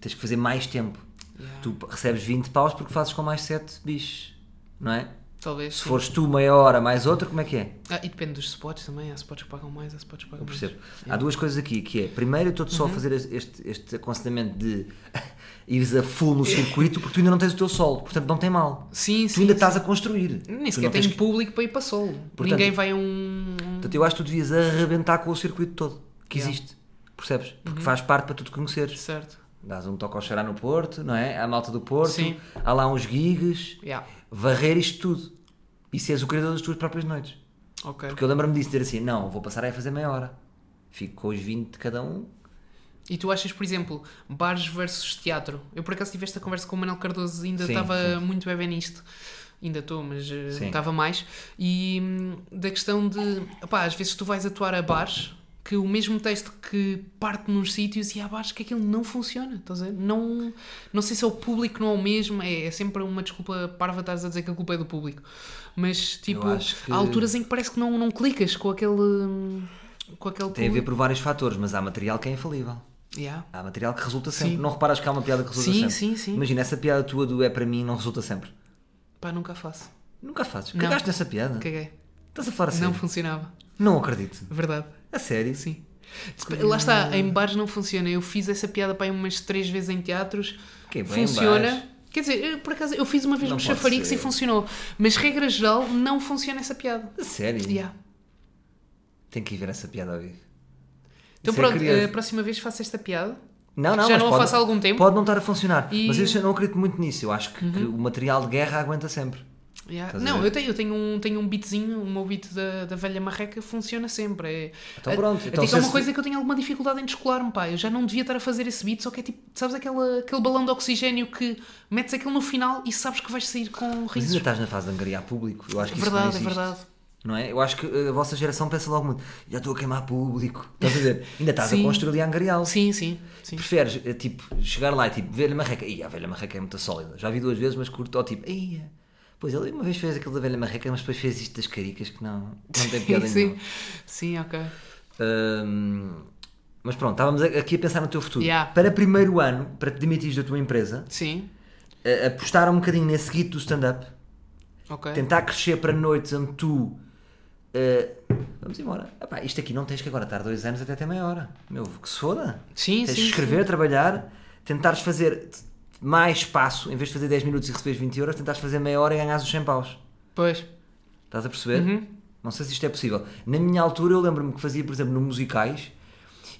S1: Tens que fazer mais tempo.
S2: Yeah.
S1: Tu recebes 20 paus porque fazes com mais 7 bichos, não é?
S2: Talvez.
S1: Se
S2: sim.
S1: fores tu meia hora mais outro, como é que é?
S2: Ah, e depende dos spots também. Há spots que pagam mais, há spots que pagam
S1: Eu
S2: menos.
S1: percebo. Há duas coisas aqui, que é, primeiro eu estou-te
S2: Uhum.
S1: só a fazer este, este aconselhamento de ires a full no circuito porque tu ainda não tens o teu solo, portanto não tem mal.
S2: Sim,
S1: Tu
S2: sim.
S1: ainda estás a construir.
S2: Nem
S1: tu não
S2: sequer
S1: tens
S2: tenho
S1: que-
S2: público para ir para solo.
S1: Portanto-
S2: Ninguém vai a um. um-
S1: Portanto, eu acho que tu devias arrebentar com o circuito todo que
S2: Yeah. Uhum.
S1: existe. Percebes? Porque faz parte para tu te conheceres.
S2: Certo.
S1: Dás um toque ao xará no Porto, não é? Há a malta do Porto,
S2: Sim.
S1: há lá uns gigas,
S2: Yeah.
S1: varrer isto tudo e seres o criador das tuas próprias noites.
S2: Ok.
S1: Porque eu lembro-me disso, dizer assim: não, vou passar aí a fazer meia hora. Fico com os 20 de cada um.
S2: E tu achas, por exemplo, bares versus teatro? Eu por acaso tive esta conversa com o Manuel Cardoso ainda
S1: Sim,
S2: estava
S1: sim.
S2: muito bebê nisto. Ainda estou, mas eh,
S1: Sim.
S2: estava mais. E hum, da questão de. Opá, às vezes tu vais atuar a bares que o mesmo texto que parte nos sítios e assim, há bares que aquilo não funciona. Estás a ver? Não, não sei se é o público, não é o mesmo. É, é sempre uma desculpa parva estares a dizer que a culpa é do público. Mas tipo,
S1: Eu acho que-
S2: há alturas em que parece que não, não clicas com aquele. hum, Com aquele
S1: Tem a ver
S2: público.
S1: por vários fatores, mas há material que é infalível.
S2: Yeah.
S1: Há material que resulta sempre.
S2: Sim.
S1: Não reparas que há uma piada que resulta
S2: Sim,
S1: sempre.
S2: sim, sim.
S1: Imagina, essa piada tua do é para mim não resulta sempre.
S2: Pá, nunca faço.
S1: Nunca fazes.
S2: Não.
S1: Cagaste nessa piada.
S2: Caguei.
S1: Estás a falar assim?
S2: Não
S1: Não,
S2: funcionava.
S1: acredito.
S2: Verdade.
S1: A sério?
S2: Sim. Lá está, em bares não funciona. Eu fiz essa piada para aí umas três vezes em teatros.
S1: Que é bem em bares.
S2: funciona. Quer dizer, eu, por acaso, eu fiz uma vez
S1: Não
S2: nos
S1: pode
S2: chafaricos
S1: ser.
S2: e funcionou. Mas, regra geral, não funciona essa piada.
S1: A sério?
S2: Yeah.
S1: Tenho que ir ver essa piada ao vivo.
S2: Então,
S1: Isso é
S2: pronto,
S1: curioso.
S2: a próxima vez faço esta piada.
S1: Não, não,
S2: Já
S1: mas
S2: não a
S1: pode,
S2: faço há algum tempo.
S1: Pode não estar a funcionar.
S2: E- Uhum.
S1: Mas eu não acredito muito nisso. Eu acho que, que o material de guerra aguenta sempre.
S2: Yeah.
S1: Estás a
S2: Não,
S1: ver?
S2: eu tenho, eu tenho um, tenho um beatzinho, o meu beat da, da velha marreca funciona sempre. É,
S1: Então
S2: a-
S1: pronto,
S2: Até
S1: então
S2: que
S1: se
S2: é uma
S1: esse-
S2: coisa que eu tenho alguma dificuldade em descolar-me, pá. Eu já não devia estar a fazer esse beat, só que é tipo, sabes aquela, aquele balão de oxigênio que metes aquilo no final e sabes que vais sair com
S1: Mas ainda
S2: risos.
S1: estás na fase de angariar público. Eu acho que
S2: Verdade, é
S1: isso não existe.
S2: verdade.
S1: Não é? Eu acho que a vossa geração pensa logo muito. Já estou a queimar público. Estás a ver? Ainda estás a
S2: Sim.
S1: construir e a angariá-lo.
S2: Sim, sim, sim.
S1: Preferes, eh, tipo, chegar lá e tipo, velha marreca. Ih, a velha marreca é muito sólida. Já vi duas vezes, mas curto. Ou tipo, ia. Pois ele uma vez fez aquilo da velha marreca, mas depois fez isto das caricas que não, não tem é piada
S2: sim,
S1: nenhuma.
S2: sim, ok.
S1: Hum, mas pronto, estávamos a- aqui a pensar no teu futuro.
S2: Yeah.
S1: Para primeiro ano, para te demitires da tua empresa,
S2: Sim,
S1: a- apostar um bocadinho nesse guito do stand-up,
S2: ok.
S1: tentar crescer para noites onde tu. eh, vamos embora. Epá, isto aqui não tens que agora estar dois anos até até meia hora. Meu, que se foda.
S2: Sim,
S1: tens
S2: sim,
S1: de escrever, trabalhar, tentares fazer mais espaço, em vez de fazer 10 minutos e receberes 20 euros, tentares fazer meia hora e ganhares os 100 paus.
S2: Pois.
S1: Estás a perceber?
S2: Uhum.
S1: Não sei se isto é possível. Na minha altura, eu lembro-me que fazia, por exemplo, no Musicais.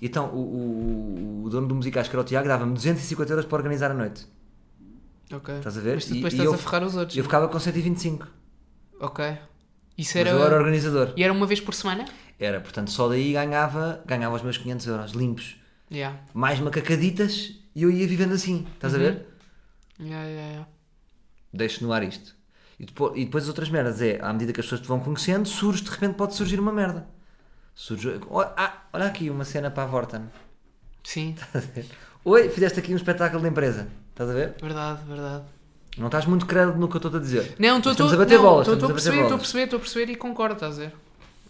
S1: Então, o, o- o dono do Musicais, que era o Tiago, dava-me 250 euros para organizar a noite.
S2: Ok.
S1: Estás a ver?
S2: Mas tu
S1: E-
S2: depois
S1: e
S2: estás
S1: eu-
S2: a ferrar os outros.
S1: Eu ficava com 125.
S2: Ok. Isso
S1: Mas
S2: era.
S1: eu era organizador.
S2: E era uma vez por semana?
S1: Era, portanto, só daí ganhava, ganhava os meus 500 euros limpos.
S2: Yeah.
S1: Mais macacaditas e eu ia vivendo assim. Estás
S2: Uhum.
S1: a ver?
S2: Yeah, yeah, yeah. deixa
S1: Deixo no ar isto. E depois, e depois as outras merdas é, à medida que as pessoas te vão conhecendo, surge, de repente pode surgir uma merda. Surge, oh, ah, olha aqui uma cena para a Vorten.
S2: Sim,
S1: Oi, fizeste aqui um espetáculo de empresa. Estás a ver?
S2: verdade, verdade.
S1: Não estás muito crédito no que eu estou a dizer.
S2: Não,
S1: Mas
S2: estou
S1: estamos a bater bolas.
S2: Estou a
S1: estamos
S2: perceber, estou a
S1: bater bolas.
S2: perceber, estou a perceber e concordo, estás a ver?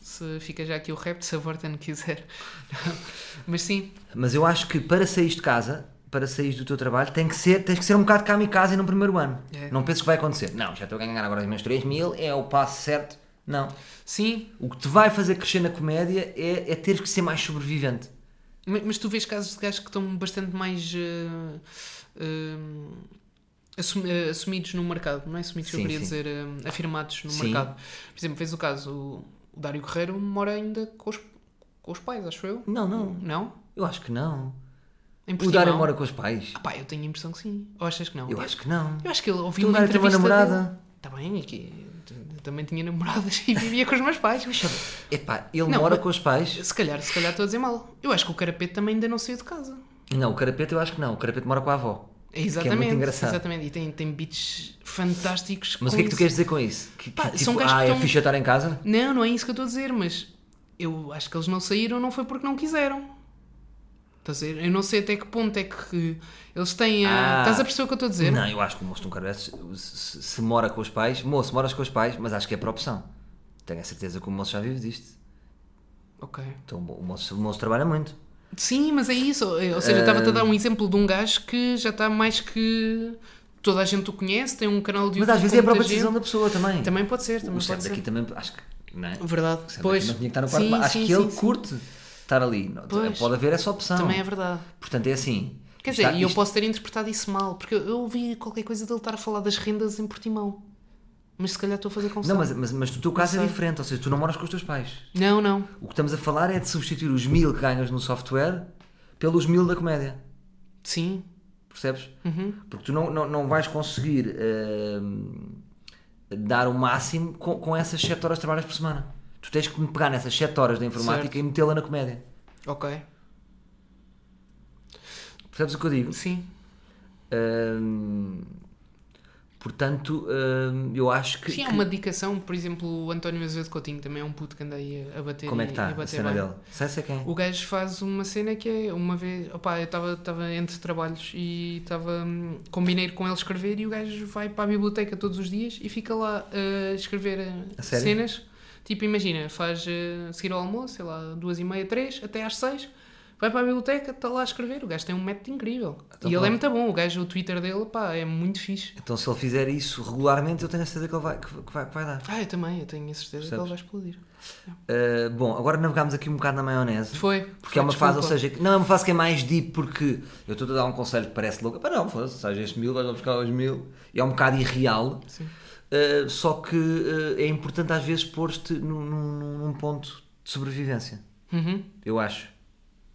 S2: Se fica já aqui o rap, se a Vorten quiser. Mas sim,
S1: Mas eu acho que para sair de casa, para sair do teu trabalho, tem que ser, tens que ser um bocado kamikaze no primeiro ano.
S2: É.
S1: Não penses que vai acontecer. Não, já estou a ganhar agora os meus 3 mil, é o passo certo. Não.
S2: sim.
S1: O que te vai fazer crescer na comédia é, é teres que ser mais sobrevivente.
S2: Ma- Mas tu vês casos de gajos que estão bastante mais eh, eh, assum- eh, assumidos no mercado, não é assumidos, eu
S1: Sim,
S2: queria
S1: sim.
S2: dizer eh, afirmados no
S1: Sim.
S2: mercado. Por exemplo, fez o caso, o, o Dário Guerreiro mora ainda com os, com os pais, acho eu.
S1: Não, não.
S2: Não?
S1: Eu acho que não.
S2: Em
S1: O
S2: Portimão?
S1: Dário mora com os pais.
S2: Ah pá, eu tenho a impressão que sim. Ou achas que não?
S1: Eu acho que não.
S2: Eu acho que ele
S1: Tu,
S2: ouviu
S1: o
S2: uma
S1: Dário tem uma
S2: entrevista
S1: namorada.
S2: Está bem, e que eu também tinha namoradas e vivia com os meus pais.
S1: Epá, ele
S2: Não,
S1: mora
S2: mas-
S1: com os pais.
S2: Se calhar, se calhar estou a dizer mal. Eu acho que o Carapeto também ainda não saiu de casa.
S1: Não, o Carapeto eu acho que não. O Carapeto mora com a avó.
S2: É, Exatamente.
S1: Que é muito engraçado.
S2: Exatamente. E tem, tem beats fantásticos.
S1: Mas o que
S2: com
S1: é que tu
S2: isso.
S1: queres dizer com isso? Que, que
S2: Pá,
S1: tipo,
S2: são gajos
S1: ah,
S2: que
S1: é
S2: estão-
S1: fixe eu estar em casa?
S2: Não, não é isso que eu estou a dizer, mas eu acho que eles não saíram não foi porque não quiseram. Estás a dizer? Eu não sei até que ponto é que eles têm a.
S1: Ah.
S2: Estás a perceber o que eu estou a dizer?
S1: Não, eu acho que o moço de um caralho, se, se- se mora com os pais, moço, moras com os pais, mas acho que é por opção. Tenho a certeza que o moço já vive disto.
S2: Ok.
S1: Então, o moço, o moço trabalha muito.
S2: Sim, mas é isso. Ou seja, estava-te a dar um exemplo de um gajo que já está mais que. Toda a gente o conhece, tem um canal de YouTube.
S1: mas às vezes é a
S2: com muita
S1: própria decisão
S2: gente.
S1: da pessoa também.
S2: Também pode ser,
S1: o
S2: também
S1: Sam
S2: pode ser.
S1: daqui também, acho que. Não é? O
S2: Verdade.
S1: Sam
S2: Pois.
S1: daqui não tinha que estar no quarto,
S2: Sim,
S1: mas acho
S2: sim,
S1: que ele
S2: sim, sim.
S1: curte estar ali. Não,
S2: Pois.
S1: Pode haver essa opção.
S2: Também é verdade.
S1: Portanto, é assim.
S2: Quer
S1: Isto há-
S2: dizer, e eu
S1: isto-
S2: posso ter interpretado isso mal, porque eu eu ouvi qualquer coisa dele estar a falar das rendas em Portimão. Mas se calhar estou a fazer confusão.
S1: Não, mas, mas, mas no teu caso é
S2: sei.
S1: diferente, ou seja, tu não moras com os teus pais.
S2: Não, não.
S1: O que estamos a falar é de substituir os mil que ganhas no software pelos mil da comédia.
S2: Sim.
S1: Percebes?
S2: Uhum.
S1: Porque tu não, não, não vais conseguir hum, dar o máximo com, com essas 7 horas de trabalho por semana. Tu tens que me pegar nessas 7 horas da informática
S2: Certo.
S1: e metê-la na comédia.
S2: Ok.
S1: Percebes o que eu digo?
S2: Sim.
S1: Hum, portanto, hum, eu acho que.
S2: Sim, é
S1: que-
S2: uma dedicação, por exemplo, o António Azevedo Coutinho também é um puto que anda aí a- a bater
S1: Como é
S2: e-
S1: que
S2: e
S1: está
S2: bater
S1: a cena
S2: bem.
S1: dele? Sei, sei quem. é.
S2: O gajo faz uma cena que é uma vez. Opá, eu estava entre trabalhos e estava. hum, Combinei com ele escrever e o gajo vai para a biblioteca todos os dias e fica lá a escrever uh,
S1: A sério?
S2: cenas. Tipo, imagina, faz uh, seguir ao almoço, sei lá, duas e meia, três, até às seis. Vai para a biblioteca, está lá a escrever. O gajo tem um método incrível.
S1: Então
S2: e ele é
S1: pronto.
S2: muito bom. O gajo, o Twitter dele, pá, é muito fixe.
S1: Então, se ele fizer isso regularmente, eu tenho a certeza que, ele vai, que, que vai, que vai dar.
S2: Ah, eu também, eu tenho a certeza que ele vai explodir.
S1: Uh, bom, agora navegámos aqui um bocado na maionese.
S2: Foi.
S1: Porque
S2: foi,
S1: é uma fase, ou
S2: desculpa.
S1: seja, que- não é uma fase que é mais deep, porque eu estou a dar um conselho que parece louco. Pá, não, foda-se, sais este mil, vais lá buscar os mil. E é um bocado irreal.
S2: Sim.
S1: Uh, só que uh, é importante às vezes pôr-te num, num- num ponto de sobrevivência.
S2: Uhum,
S1: Eu acho.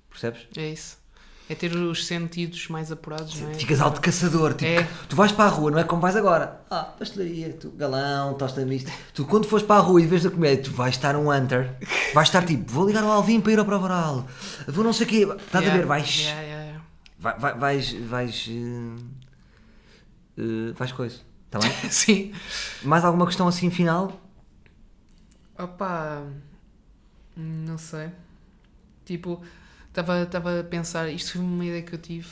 S1: Percebes?
S2: é isso. É ter os sentidos mais apurados, não é?
S1: Ficas alto caçador, tipo,
S2: É.
S1: tu vais para a rua, não é como vais agora. Ah, pastelaria, tu, galão, tosta mista. Tu, quando fores para a rua e vês a comédia, tu vais estar um hunter, vais estar tipo, vou ligar ao Alvin para ir ao Provaral, vou não sei o quê, estás Tá a
S2: Yeah,
S1: ver, vais,
S2: yeah, yeah, yeah.
S1: vai- vai- vais, vais, eh, eh, vais coisa, está bem?
S2: Sim.
S1: Mais alguma questão assim final?
S2: Opa, não sei. Tipo, estava a pensar, isto foi uma ideia que eu tive,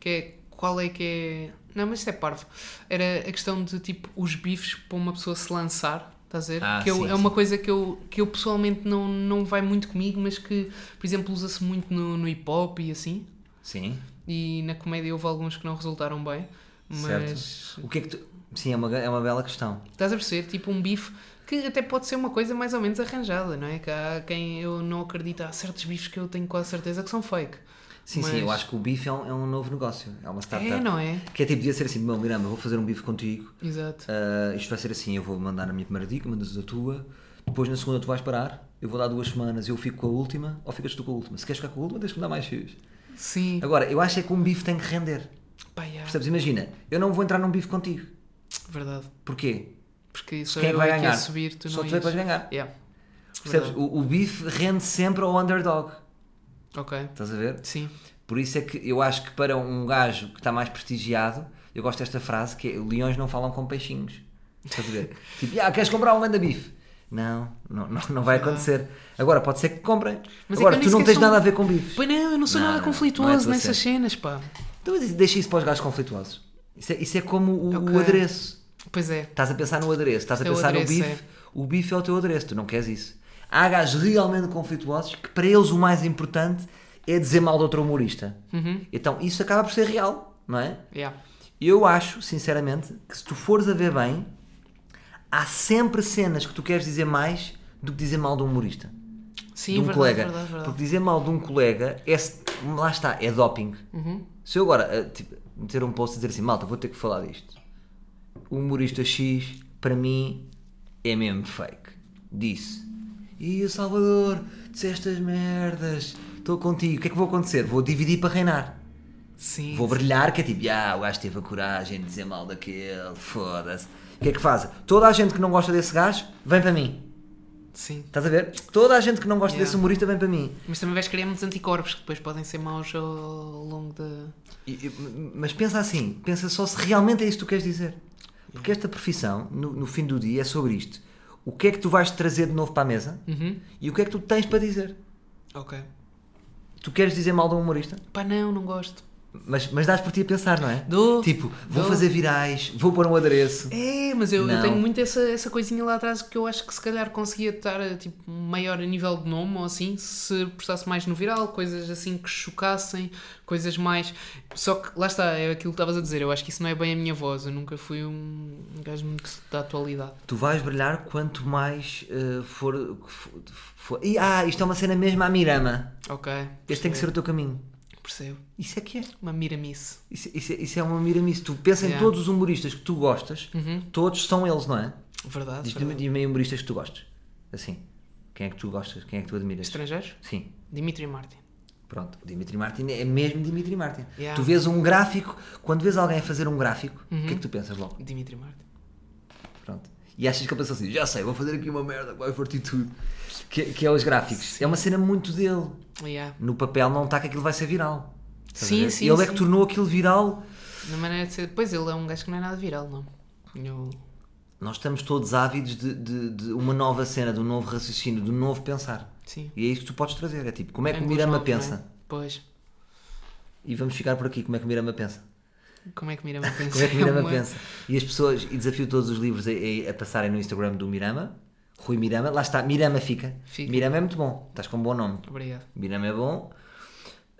S2: que é qual é que é. Não, mas isto é parvo. Era a questão de tipo os bifes para uma pessoa se lançar. Estás a ver?
S1: Ah,
S2: que eu-
S1: sim,
S2: é uma coisa que eu, que eu pessoalmente não, não vai muito comigo, mas que, por exemplo, usa-se muito no, no hip hop e assim.
S1: Sim.
S2: E na comédia houve alguns que não resultaram bem. Mas
S1: O que é que tu... Sim, é uma, é uma bela questão.
S2: estás a perceber? Tipo um bife que até pode ser uma coisa mais ou menos arranjada, não é? Que há quem eu não acredito, há certos bifes que eu tenho quase certeza que são fake.
S1: Sim, sim,
S2: Mas-
S1: eu acho que o bife é um, é um novo negócio. É uma startup.
S2: É, não é?
S1: Que é tipo, devia ser assim, meu Miranda, vou fazer um bife contigo.
S2: Exato.
S1: Ah, isto vai ser assim, eu vou mandar a minha primeira dica, mandas a tua. Depois na segunda tu vais parar. Eu vou dar duas semanas, eu fico com a última, ou ficas tu com a última. Se queres ficar com a última, tens que me dar mais fios.
S2: Sim.
S1: Agora, eu acho é que um bife tem que render.
S2: Pá, yeah,
S1: Percebes? Imagina, eu não vou entrar num bife contigo.
S2: Verdade.
S1: Porquê?
S2: Porque só
S1: Quem é que
S2: eu
S1: vai
S2: é que
S1: ganhar?
S2: ia subir, tu
S1: Só
S2: não
S1: tu é que
S2: ias.
S1: vais ganhar.
S2: Yeah.
S1: Percebes?
S2: Verdade.
S1: O, o bife rende sempre ao underdog.
S2: Ok.
S1: Estás a ver?
S2: Sim.
S1: Por isso é que eu acho que para um gajo que está mais prestigiado, eu gosto desta frase que é leões não falam com peixinhos. Estás a ver? tipo, ah, queres comprar um ganda bife? Não, não, não, não vai acontecer. Agora pode ser que comprem.
S2: Mas é
S1: Agora,
S2: que eu nem
S1: tu não
S2: sequer
S1: tens
S2: sou-
S1: nada a ver com bifes.
S2: Pois não, eu não sou
S1: Não,
S2: nada
S1: não, não é
S2: conflituoso
S1: tua
S2: nessas cenas, pá.
S1: Então mas deixa isso para os gajos conflituosos. Isso é, isso é como o,
S2: Ok.
S1: o adereço.
S2: Pois é.
S1: Estás a pensar no adereço, estás a
S2: Isto é o
S1: pensar
S2: adereço,
S1: no
S2: é.
S1: bife. O bife é o teu adereço, tu não queres isso. Há gajos realmente conflituosos que para eles o mais importante é dizer mal de outro humorista.
S2: Uhum.
S1: Então isso acaba por ser real, não é?
S2: Yeah.
S1: Eu acho, sinceramente, que se tu fores a ver bem, há sempre cenas que tu queres dizer mais do que dizer mal de um humorista,
S2: Sim,
S1: de um
S2: verdade,
S1: colega.
S2: verdade, verdade.
S1: Porque dizer mal de um colega é. se- Lá está, é doping.
S2: Uhum.
S1: Se eu agora eh, tipo, meter um post e dizer assim, malta, vou ter que falar disto. O humorista X, para mim, é mesmo fake. Disse. E o Salvador, disseste as merdas, estou contigo. O que é que vou acontecer? Vou dividir para reinar.
S2: Sim.
S1: Vou brilhar, que é tipo, ah, o gajo teve a coragem de dizer mal daquele, foda-se. O que é que faz? Toda a gente que não gosta desse gajo, vem para mim.
S2: Sim.
S1: Estás a ver? Toda a gente que não gosta
S2: Yeah.
S1: desse humorista, vem para mim.
S2: Mas também vais criar muitos anticorpos que depois podem ser maus ao ao longo da.
S1: E- e- mas pensa assim, pensa só se realmente é isso que tu queres dizer. Porque esta profissão, no, no fim do dia, é sobre isto. O que é que tu vais trazer de novo para a mesa
S2: Uhum.
S1: e o que é que tu tens para dizer.
S2: Ok.
S1: Tu queres dizer mal de um humorista?
S2: Pá, não, não gosto.
S1: Mas, mas dás por ti a pensar, não é?
S2: Dou.
S1: Tipo, vou
S2: Dou.
S1: fazer virais, vou pôr um adereço.
S2: É, mas eu, eu
S1: Não.
S2: tenho muito essa, essa coisinha lá atrás que eu acho que se calhar conseguia estar a, tipo, maior a nível de nome ou assim, se prestasse mais no viral, coisas assim que chocassem, coisas mais. Só que lá está, é aquilo que estavas a dizer, eu acho que isso não é bem a minha voz, eu nunca fui um gajo muito da atualidade.
S1: Tu vais brilhar quanto mais eh, for, for, for- E, ah, isto é uma cena mesmo à Mirama.
S2: Ok.
S1: Este tem que ser o teu caminho.
S2: Percebo.
S1: Isso é que é.
S2: Uma miramice.
S1: Isso, isso é- isso é uma miramice. Tu pensa em
S2: Yeah. Uhum.
S1: todos os humoristas que tu gostas, todos são eles, não é?
S2: Verdade.
S1: Diz-me
S2: verdade.
S1: diz-me humoristas que tu gostes. Assim. Quem é que tu gostas? Quem é que tu admiras?
S2: Estrangeiros?
S1: Sim.
S2: Dimitri Martin.
S1: Pronto, o Dimitri Martin é mesmo Dimitri Martin.
S2: Yeah. Uhum.
S1: Tu vês um gráfico, quando vês alguém a fazer um gráfico, o que é que tu pensas logo?
S2: Dimitri Martin.
S1: Pronto. E achas que ele pensou assim, já sei, vou fazer aqui uma merda, vai partir tudo. Que, que é os gráficos. É uma cena muito dele.
S2: Yeah.
S1: No papel não está que aquilo vai ser viral. Estás a
S2: Sim,
S1: ver?
S2: sim,
S1: Ele é
S2: sim.
S1: que tornou aquilo viral.
S2: Na maneira de ser. Pois ele é um gajo que não é nada viral, não. Eu...
S1: Nós estamos todos ávidos de, de- de uma nova cena, de um novo raciocínio, de um novo pensar.
S2: Sim.
S1: E é isso que tu podes trazer. É tipo, como é que o
S2: Ângulos
S1: Mirama
S2: novos, não é?
S1: pensa?
S2: Pois.
S1: E vamos ficar por aqui, como é que o Mirama pensa?
S2: Como é que Mirama pensa?
S1: Como é que o Mirama
S2: uma-
S1: pensa? E as pessoas, e desafio todos os livros a, a- a passarem no Instagram do Mirama, Rui Mirama, lá está, Mirama fica.
S2: Fica.
S1: Mirama é muito bom, estás com um bom nome.
S2: Obrigado.
S1: Mirama é bom.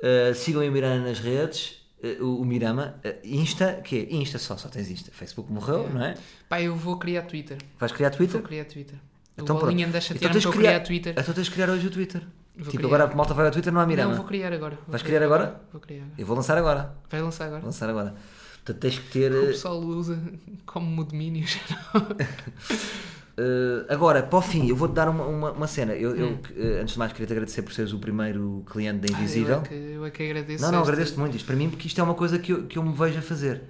S1: Uh, sigam o Mirama nas redes. Uh, o, o Mirama, uh, Insta, que é Insta só, só tens Insta. Facebook morreu, não é?
S2: Pá, eu vou criar Twitter.
S1: Vais criar
S2: Vou
S1: Twitter?
S2: criar Twitter.
S1: Então
S2: o
S1: pronto.
S2: Bolinha deixa
S1: Então
S2: tirar-me
S1: tens
S2: para eu
S1: que
S2: criar Twitter.
S1: Então tens de criar hoje o Twitter.
S2: Vou
S1: tipo,
S2: criar.
S1: agora a malta vai ao Twitter, não há Mirama.
S2: Não, vou criar agora. Vou
S1: Vais criar agora?
S2: Vou criar agora.
S1: Eu vou lançar agora.
S2: Vai lançar agora.
S1: Vou lançar agora. Portanto, tens que ter.
S2: O
S1: uh,
S2: pessoal usa como domínio já não.
S1: Uh, agora, para o fim, eu vou-te dar uma, uma, uma cena. Eu, eu, uh, antes de mais, queria-te agradecer por seres o primeiro cliente da
S2: Hum. Ah,
S1: Invisível.
S2: Eu é que, eu é que agradeço.
S1: não, não,
S2: esta-
S1: agradeço-te muito isto para mim, porque isto é uma coisa que eu, que eu me vejo a fazer.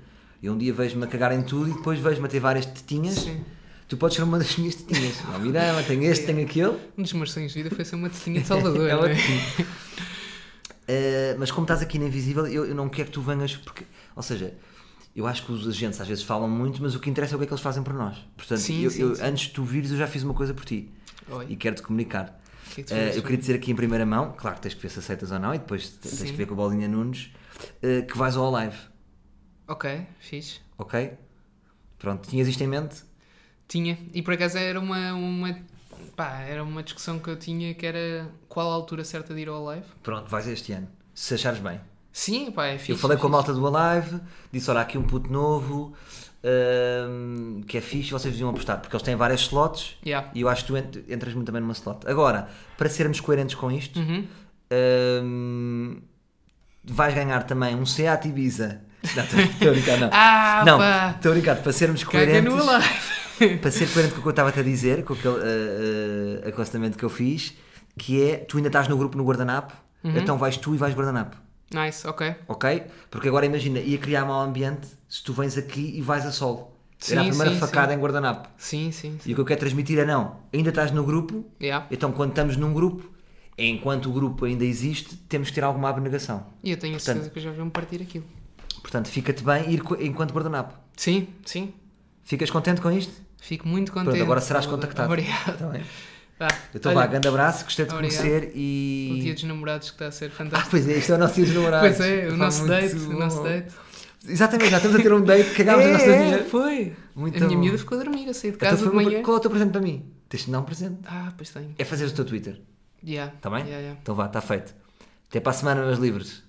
S1: Eu um dia vejo-me a cagar em tudo e depois vejo-me a ter várias tetinhas.
S2: Sim.
S1: Tu podes ser uma das minhas tetinhas. Não, Mirama, tenho este, tenho aquele.
S2: Um dos meus sonhos de vida foi ser uma tetinha de Salvador.
S1: É
S2: não
S1: uma
S2: é?
S1: tetinha. Uh, mas como estás aqui na Invisível, eu, eu não quero que tu venhas, porque. Ou seja. Eu acho que os agentes às vezes falam muito, mas o que interessa é o que é que eles fazem por nós. Portanto,
S2: Sim,
S1: eu-
S2: sim,
S1: eu-
S2: sim.
S1: antes de tu vires, eu já fiz uma coisa por ti
S2: Oi.
S1: e quero-te comunicar.
S2: O que é que tu
S1: Eh,
S2: fizeste?
S1: eu queria dizer aqui em primeira mão, claro que tens que ver se aceitas ou não, e depois te- tens
S2: Sim.
S1: que ver com a bolinha Nunes, eh, que vais ao live.
S2: Ok, fixe.
S1: ok? Pronto, tinhas isto em mente?
S2: Tinha. E por acaso era uma, uma. Pá, era uma discussão que eu tinha que era qual a altura certa de ir ao live.
S1: Pronto, vais este ano, se achares bem.
S2: Sim, pá, é fixe.
S1: Eu falei com a
S2: fixe.
S1: malta do Alive, disse: Olha, há aqui um puto novo hum, que é fixe, vocês deviam apostar, porque eles têm várias slots
S2: Yeah.
S1: e eu acho que tu ent- entras muito também numa slot. Agora, para sermos coerentes com isto,
S2: Uhum.
S1: hum, vais ganhar também um Seat Ibiza. Não, estou a brincar, não.
S2: Ah,
S1: não,
S2: pá.
S1: estou a brincar, para sermos
S2: Caga
S1: coerentes.
S2: no live.
S1: para ser coerente com o que eu estava a dizer, com aquele uh, uh, aconselhamento que eu fiz, que é tu ainda estás no grupo no guardanapo,
S2: Uhum.
S1: então vais tu e vais guardanapo,
S2: Nice, ok.
S1: ok? Porque agora imagina, ia criar mau ambiente se tu vens aqui e vais a sol. Era a
S2: Sim,
S1: primeira
S2: sim,
S1: facada em guardanapo.
S2: Sim, sim. sim.
S1: E o que eu quero transmitir é não, ainda estás no grupo,
S2: Yeah.
S1: então quando estamos num grupo, enquanto o grupo ainda existe, temos que ter alguma abnegação.
S2: E eu tenho a
S1: Portanto-
S2: certeza que eu já vi-me partir aquilo.
S1: Portanto, fica-te bem ir co- enquanto guardanapo.
S2: Sim, sim.
S1: Ficas contente com isto?
S2: Fico muito contente.
S1: Pronto, agora serás contactado.
S2: Obrigado.
S1: Tá bem.
S2: Vá.
S1: Então
S2: Olha,
S1: vá, grande abraço, gostei de te
S2: Obrigado.
S1: conhecer
S2: O dia
S1: e.
S2: dos namorados que está a ser
S1: Ah,
S2: fantástico.
S1: pois é, isto é o nosso dia dos namorados.
S2: pois é, o
S1: Pá,
S2: nosso
S1: Tá muito
S2: date, o nosso
S1: bom.
S2: date. É,
S1: Exatamente, já estamos a ter um date, cagámos a nossa vida.
S2: foi.
S1: Muito
S2: a minha
S1: bom.
S2: miúda ficou a dormir, eu saí de
S1: Então
S2: casa
S1: foi
S2: de
S1: uma-
S2: manhã.
S1: Qual é o teu presente para mim? Tens de dar um presente.
S2: Ah, pois tenho.
S1: É fazer o teu Twitter,
S2: Yeah.
S1: está bem? tá
S2: Yeah, yeah.
S1: Então vá, está feito. Até para a semana, meus livros.